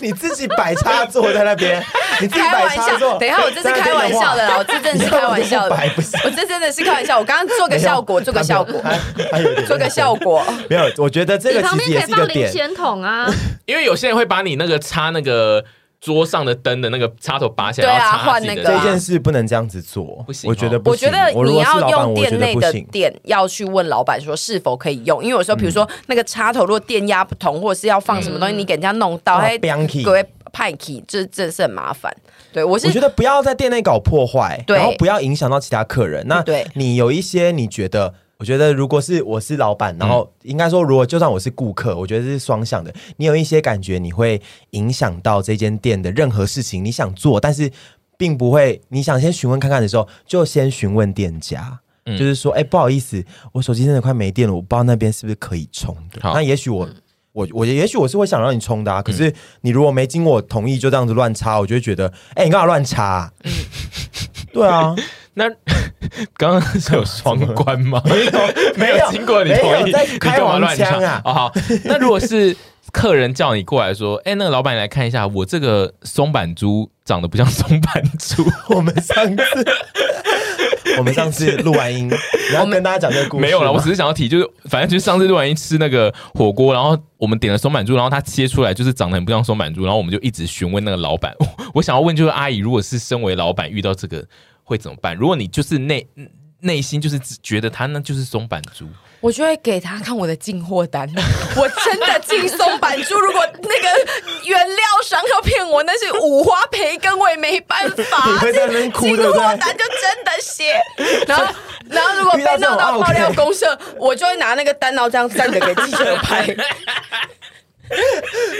S4: 你自己摆插座在那
S2: [laughs]
S4: 边，你自己
S2: 开
S4: 摆
S2: 玩
S4: 插座。
S2: 笑，等一下，我这是开玩笑的啦，我这真的是开
S1: [laughs]
S2: 玩笑的
S4: 你要不就摆不是，
S2: 我这真的是开玩笑，我刚刚做
S4: 没
S2: 个
S4: 有
S2: 效果，做个效果，
S4: 他没 [laughs] 有他他有
S2: [laughs]
S4: 点
S2: 做个效果。
S4: 没有，我觉得这
S6: 你
S4: 个
S6: 旁
S4: 其实
S6: 边
S4: 也
S6: 可
S4: 是一个
S6: 以放零
S4: 点。
S6: 钱筒啊，
S1: 因为有些人会把你那个插那个桌上的灯的那个插头拔起来，
S2: 对啊
S1: 然后插
S2: 换
S1: 自己的
S2: 那个
S4: 这
S2: 啊
S4: 件事不能这样子做，
S1: 不行
S4: 我觉
S1: 哦
S4: 得 [laughs] 不
S2: 我
S4: 行。
S2: 觉得
S4: 我如
S2: 你
S4: 果是
S2: 要
S4: 老板，
S2: 用
S4: 我觉
S2: 店
S4: 得
S2: 内
S4: 不
S2: 的
S4: 行。
S2: 店要去问老板说是否可以用，因为有时候比如说
S4: 嗯
S2: 那个插头如果电压不同，或者是要放什么东西，你给人家弄到，
S4: 啊
S2: 哎，
S4: 不要去
S2: 各位派 key，这这是很麻烦。对我是
S4: 我觉得不要在店内搞破坏，
S2: 对
S4: 然后不要影响到其他客人。那
S2: 对
S4: 你有一些你觉得。我觉得，如果是我是老板，然后应该说，如果就算我是顾客，我觉得是双向的。你有一些感觉，你会影响到这间店的任何事情，你想做，但是并不会。你想先询问看看的时候，就先询问店家，就是说，哎、不好意思，我手机真的快没电了，我不知道那边是不是可以充的。
S1: 好
S4: 那也许我我我也许我是会想让你充的、啊，可是你如果没经我同意就这样子乱插，我就会觉得，哎、你干嘛乱插啊、对啊，
S1: 那刚刚是有双关吗？没有，没
S4: 没有
S1: 经过你同意，
S4: 没有在
S1: 你
S4: 开
S1: 干嘛乱
S4: 黄腔啊
S1: 哦，好，那如果是客人叫你过来说，哎、那个老板你来看一下，我这个松板猪长得不像松板猪，
S4: [laughs] 我们上次我们上次录完
S1: [laughs]
S4: 音，然后跟大家讲这个故事吗，
S1: 没有了，我只是想要提，就是反正就是上次录完一吃那个火锅，然后我们点了松板猪，然后它切出来就是长得很不像松板猪，然后我们就一直询问那个老板， [laughs] 我我想要问就是阿姨，如果是身为老板遇到这个会怎么办？如果你就是内内心就是觉得他那就是松板猪，
S2: 我就会给他看我的进货单， [laughs] 我真的进松板猪。如果那个原料商要骗我，那是五花培根，我也没办
S4: [laughs] 你
S2: 法。
S4: 会在那边哭
S2: 进
S4: 对
S2: 货
S4: 不对
S2: 单就真的写，
S4: [laughs]
S2: 然后然后如果被闹到爆料公社，我就会拿那个单，然后这样站着给记者
S4: [laughs]
S2: 拍。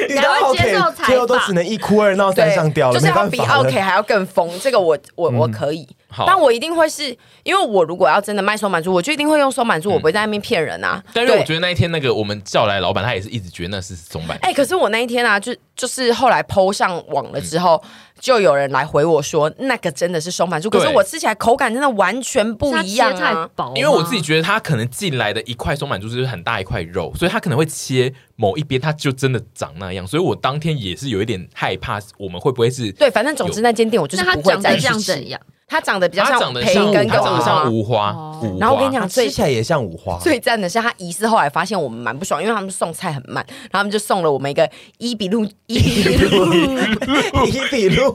S4: 遇到
S6: 然后接
S4: OK，
S6: 受采访
S4: 最后都只能一哭二闹三上吊了，
S2: 就是
S4: 没
S2: 要
S4: 办
S2: 比
S4: 法啊嗯
S2: OK
S4: 了。
S2: 还要更疯，这个我我、我可以
S1: 好，
S2: 但我一定会是因为我如果要真的卖松满珠，我就一定会用松满珠，我不会在那边骗人啊。
S1: 嗯但是我
S2: 对
S1: 觉得那一天那个我们叫来老板，他也是一直觉得那是松板
S2: 哎、可是我那一天啊，就就是后来 PO 上网了之后，就有人来回我说，那个真的是松板猪，可
S1: 对
S2: 是我吃起来口感真的完全不一样
S6: 它切太
S2: 啊。
S6: 薄吗，
S1: 因为我自己觉得它可能进来的一块松板猪就是很大一块肉，所以它可能会切某一边，它就真的长那样。所以我当天也是有一点害怕，我们会不会是
S2: 对，反正总之那间店我就是
S6: 那它
S2: 不会
S6: 长
S2: 再
S6: 得
S2: 去
S6: 像
S2: 吃
S6: 怎。样？
S2: 它长得比较
S1: 它长
S2: 像
S1: 得
S2: 培
S1: 像
S2: 根跟
S1: 它长
S2: 五
S1: 得
S2: 花
S1: 像。无花五花，
S2: 然后我跟你讲
S4: 它
S2: 最
S4: 吃起来也像五花， [laughs]
S2: 最赞的是，他一次后来发现我们蛮不爽，因为他们送菜很慢，然后他们就送了我们一个伊比路伊比路
S4: 伊比路，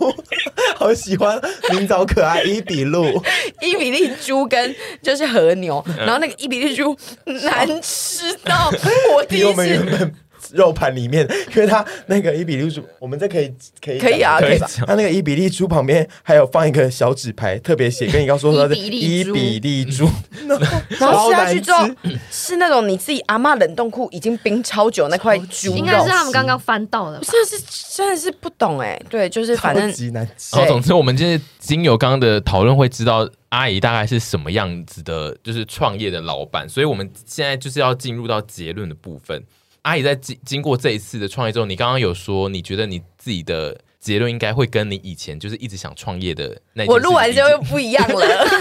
S4: 好喜欢明早可爱伊比
S2: [laughs]
S4: 路，
S2: 伊比利猪跟就是和牛，
S1: 嗯
S2: 然后那个伊比利猪难吃
S1: [laughs]
S2: 到我第
S4: 比我
S2: 一
S4: 们原
S2: 次
S4: 本肉盘里面，因为它那个伊比利猪，我们这可以可以
S2: 可以啊
S4: 讲
S2: 可以
S4: 吧它那个伊比利猪旁边还有放一个小纸牌，特别写跟你刚说
S2: [laughs]
S4: 它是伊
S6: 伊
S4: 比
S6: 比
S4: 利猪，
S2: 然后
S4: 超
S2: 吃下
S4: 难
S2: 去
S4: 吃
S2: 之后， [clears throat] 是那种你自己阿嬷冷冻库已经冰超久那块猪肉，
S6: 应该是他们刚刚翻到的吧。
S2: 真的是啊真的是不懂哎、对，就是反
S4: 超
S2: 正
S4: 级难吃
S1: 然。后
S2: 对
S1: 总之，我们就是经由刚刚的讨论，会知道阿姨大概是什么样子的，就是创业的老板。所以我们现在就是要进入到结论的部分。阿姨在经经过这一次的创业之后，你刚刚有说，你觉得你自己的结论应该会跟你以前就是一直想创业的那件事情
S2: 我录完之后又不一样了。
S4: [laughs]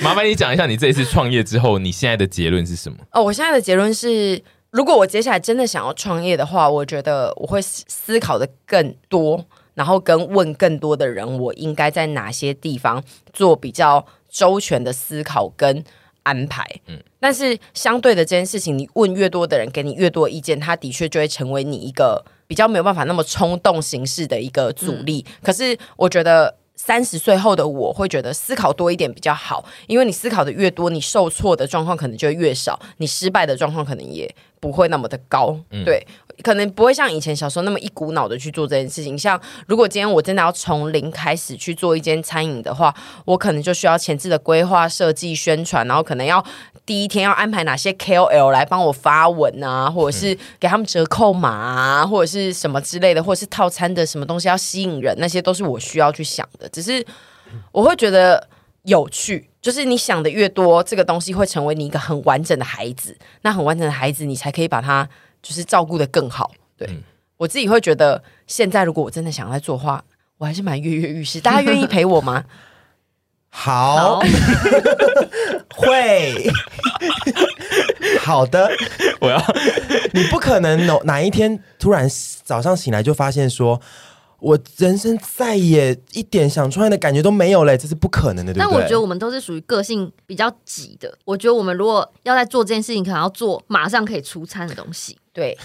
S1: 麻烦你讲一下你这一次创业之后，你现在的结论是什么？
S2: 哦，我现在的结论是，如果我接下来真的想要创业的话，我觉得我会思思考的更多，然后跟问更多的人，我应该在哪些地方做比较周全的思考跟安排。嗯，但是相对的这件事情，你问越多的人，给你越多意见，他的确就会成为你一个比较没有办法那么冲动行事的一个阻力。可是我觉得。三十岁后的我会觉得思考多一点比较好，因为你思考的越多，你受挫的状况可能就会越少，你失败的状况可能也不会那么的高。对，可能不会像以前小时候那么一股脑的去做这件事情。像如果今天我真的要从零开始去做一间餐饮的话，我可能就需要前置的规划、设计、宣传，然后可能要第一天要安排哪些 KOL 来帮我发文啊，或者是给他们折扣码啊，或者是什么之类的，或者是套餐的什么东西要吸引人，那些都是我需要去想的。只是我会觉得有趣，就是你想的越多，这个东西会成为你一个很完整的孩子。那很完整的孩子，你才可以把他就是照顾的更好。对、我自己会觉得，现在如果我真的想要再做的话，我还是蛮跃跃欲试。大家愿意陪我吗？
S4: 好，
S2: [laughs]
S4: 会，好的，
S1: 我要
S4: 你不可能哪哪一天突然早上醒来就发现说。我人生再也一点想创业的感觉都没有嘞，这是不可能的，对
S6: 但
S4: 不对？
S6: 我觉得我们都是属于个性比较急的。我觉得我们如果要在做这件事情，可能要做马上可以出餐的东西。
S2: 对，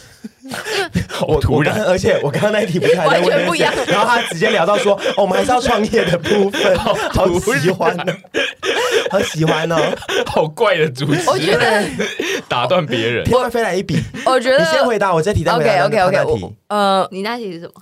S1: 好突然
S4: 我我刚刚而且我刚刚那一题不
S2: [laughs]
S4: 是还在问
S2: 完全不一样
S4: 这件事然后他直接聊到说，哦我们还是要创业的部
S2: [laughs]
S4: 分，好喜欢哦，好喜欢哦，
S1: 好怪的主持人，
S2: 我觉得
S1: [laughs] 打断别人。
S4: 天外飞来一笔，
S2: 我觉得
S4: 你先回答我这题，再回
S2: OK
S4: 答
S2: OK
S4: 他那
S2: OK，
S4: 题
S2: 我呃，
S6: 你那题是什么？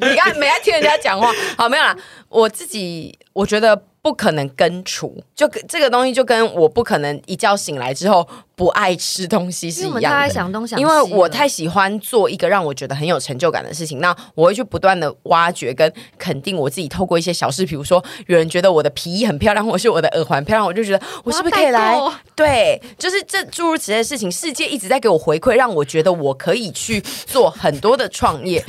S2: 你看没在听人家讲话， [laughs] 好没有啦。我自己我觉得不可能根除，就跟这个东西就跟我不可能一觉醒来之后不爱吃东西
S6: 因
S2: 是
S6: 为我
S2: 一
S6: 们大
S2: 样
S6: 概
S2: 的。
S6: 想东想西
S2: 因
S6: 了，
S2: 为我太喜欢做一个让我觉得很有成就感的事情，那我会去不断的挖掘跟肯定我自己。透过一些小事，比如说有人觉得我的皮衣很漂亮，或是我的耳环漂亮，我就觉得我是不是可以来
S6: 我要代购？
S2: 对，就是这诸如此类的事情，世界一直在给我回馈，让我觉得我可以去做很多的
S1: [laughs]
S2: 创业。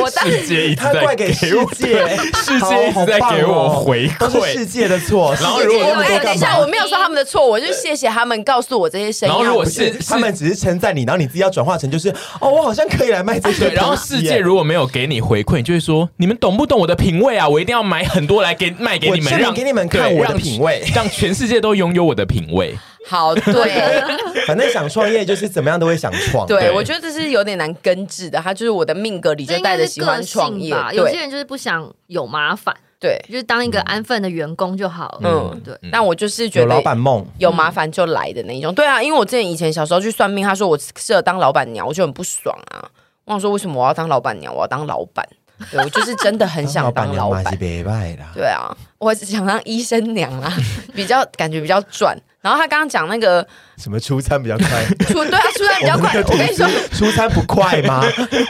S2: 我当时
S1: 世界一直
S4: [laughs] 他
S1: 在
S4: 怪给
S1: 给
S4: 世
S1: 我，
S4: 界，
S1: 世
S4: 好
S1: 界一直在
S4: 好棒
S1: 给我
S4: 哦
S1: 回
S4: 都是世
S1: 馈。
S4: 界的错。
S1: 然后
S4: 世界
S1: 如果
S4: 给那么
S2: 哎
S4: 多
S2: 等一
S4: 干
S2: 下，
S4: 嘛
S2: 我？没有说他们的错，我就谢谢他们告诉我这些声
S1: 然
S2: 音。
S1: 后如果
S4: 不
S1: 是
S4: 是，
S1: 是
S4: 他们只是称赞你，然后你自己要转化成就是，哦，我好像可以来卖这些东
S1: [laughs] 对，
S4: 西。
S1: 然后世界如果没有给你回馈，你就会说：你们懂不懂我的品味啊？我一定要买很多来给卖给你
S4: 我
S1: 们，
S4: 证明
S1: 让
S4: 给你们看
S1: 对
S4: 我的
S1: 让
S4: 品味
S1: [laughs] 让全世界都拥有我的品味。
S2: 好，对
S4: 反正想创业就是怎么样都会想创。
S2: 对，我觉得这是有点难根治的，他就是我的命格里
S6: 这
S2: 就
S6: 应
S2: 带
S6: 该
S2: 着
S6: 是
S2: 喜
S6: 个
S2: 欢创
S6: 性
S2: 业
S6: 吧。，有些
S2: 对
S6: 人就是不想有麻烦，
S2: 对，
S6: 就是当一个安分的员工就好了。
S2: 嗯
S6: 嗯，对。
S2: 但我就是觉
S4: 有
S2: 得
S4: 老板梦，
S2: 有麻烦就来的那一种。对啊，因为我之前以前小时候去算命，他说我适合当老板娘，我就很不爽啊。我想说为什么我要当老板娘？我要当老板，对我就是真的很想当老
S4: 当娘嘛是
S2: 板。
S4: 别拜啦。
S2: 对啊，我只想当医生娘啊，比较感觉比较赚。然后他刚刚讲那个
S4: 什么出餐
S1: [laughs]
S4: 比较
S1: 哎
S4: 快？
S2: 出对啊，出来比较快。我跟你说，
S4: 出餐不快吗？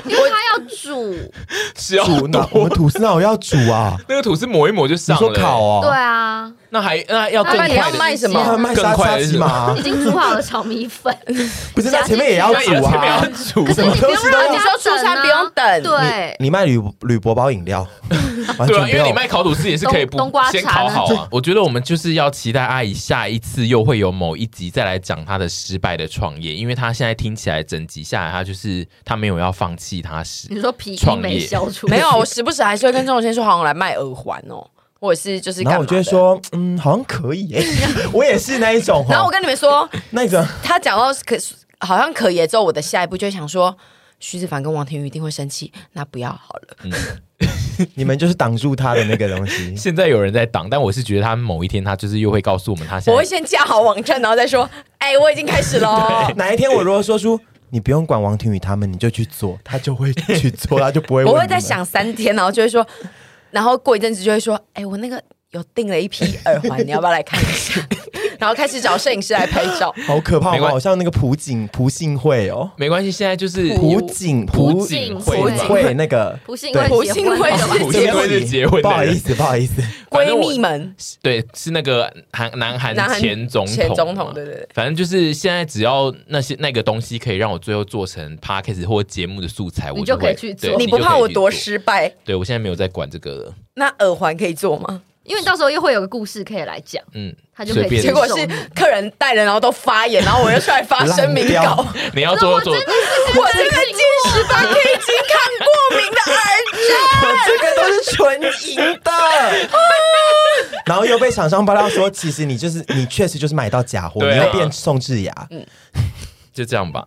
S6: 因为他要煮，
S1: 是 [laughs] 要
S4: 煮那我们吐司那我要煮啊。
S1: 那个吐司抹一抹就
S4: 你
S1: 上了、
S4: 说烤哦？
S6: 对啊，
S1: 那还那要更
S6: 那
S1: 快
S2: 你要
S1: 的，
S2: 卖什
S4: 那
S2: 么？
S4: 卖
S1: 更
S4: 沙
S1: 快
S4: 沙
S1: 的是
S4: 琪玛
S1: [laughs]
S4: 啊
S6: 已，经煮好了炒
S2: [laughs]
S6: 米粉，
S4: 不是那前面也要
S1: 那也
S4: 煮
S1: 是不
S4: 啊
S1: 要。煮
S6: 可是
S4: 什么
S6: 你不
S4: 东
S6: 用
S4: 西都
S6: 让
S4: 要
S6: 人
S2: 你
S6: 家
S2: 说出餐
S6: 啊
S2: 不用等
S6: 对，
S4: 你卖铝铝箔包饮
S2: [laughs]
S4: 料， [laughs] 完
S1: 对啊，
S4: 全
S1: 因
S4: 不
S1: 为你
S4: 用。
S1: 卖烤吐司也是可以不
S6: 冬冬瓜茶
S1: 先烤好啊。我觉得我们就是要期待阿姨下一次又会有某一集再来讲她的失败的创业，因为她现在听起来整集下来，她就是她没有要放弃她是
S6: 你说皮衣
S1: 创
S6: 没
S1: 业。
S6: 消除，
S2: [laughs] 没有，啊我时不时还是会跟钟永先说，好，我来卖耳环哦，或者是就是
S4: 然
S2: 干
S4: 后
S2: 嘛
S4: 我就会
S2: 的。
S4: 说，嗯，好像可以 [laughs] 耶。我也是那一种哦。
S2: [laughs] 然后我跟你们说，
S4: 那个
S2: 他讲到可好像可爷之后，我的下一步就会想说，徐子凡跟王天宇一定会生气，那不要好了。
S4: 你们就是挡住他的那个东西 [laughs]
S1: 现在有人在挡，但我是觉得她某一天她就是又会告诉我们她现
S2: 我会
S1: 在。
S2: 先架好网站，然后再说，哎、我已经开始
S1: [laughs]
S2: [laughs] 喽。
S4: 哪一天我如果说出你不用管王庭宇他们，你就去做，他就会
S2: [laughs]
S4: 去做，他就不会问。
S2: 我会再，想三天，然后就会说，然后过一阵子就会说，哎、我那个有订了一批耳环，你要不要来看一
S1: [laughs]
S2: 下？然后开始找摄影师来拍照。
S4: 好可怕，
S1: 没
S4: 我
S1: 关
S4: 好像那个朴槿朴信惠哦，
S1: 没关系，现在就是
S4: 朴槿
S1: 朴
S4: 朴
S1: 槿
S6: 惠
S1: 惠吧，
S4: 惠那个
S6: 不是因
S4: 对
S6: 为
S2: 不
S6: 结
S2: 是因
S6: 婚
S2: 为
S6: 了
S2: 结
S6: 吗
S2: 婚
S1: 朴槿惠是结婚
S4: 不好
S1: 的
S4: 意
S1: 人，
S4: 思，不好意思，
S1: [laughs] 反正
S2: 闺
S1: 我
S2: 蜜们，
S1: 对，是那个韩南韩
S2: 南韩
S1: 前总统嘛，
S2: 前总统对对对
S1: 反正就是现在只要那些那个东西可以让我最后做成 podcast 或节目的素材，
S6: 你
S1: 我
S6: 就可以
S1: 会
S6: 去
S1: 对
S6: 做
S2: 你
S1: 你
S2: 不
S1: 就
S2: 怕
S1: 可以
S2: 我
S1: 去
S2: 多
S1: 做？
S2: 失败？
S1: 对我现在没有在管这个了，
S2: 那耳环可以做吗？
S6: 因为你到时候又会有个故事可以来讲，
S1: 嗯，
S6: 他就可
S1: 随
S6: 以
S1: 便
S2: 结
S6: 接
S2: 果
S6: 受
S2: 是
S6: 你
S2: 客人带人，然后都发言，然后我就出来发声明
S4: 烂
S2: 稿
S4: 掉。
S1: 你要做就做，
S2: 我这个近视吧，可以已经看过敏的耳
S4: 我这个都是纯银的。 [laughs] 然后又被厂商爆料说，其实你就是你确实就是买到假货，
S1: 对啊嗯
S4: 你又变宋智雅。
S1: 就这样吧。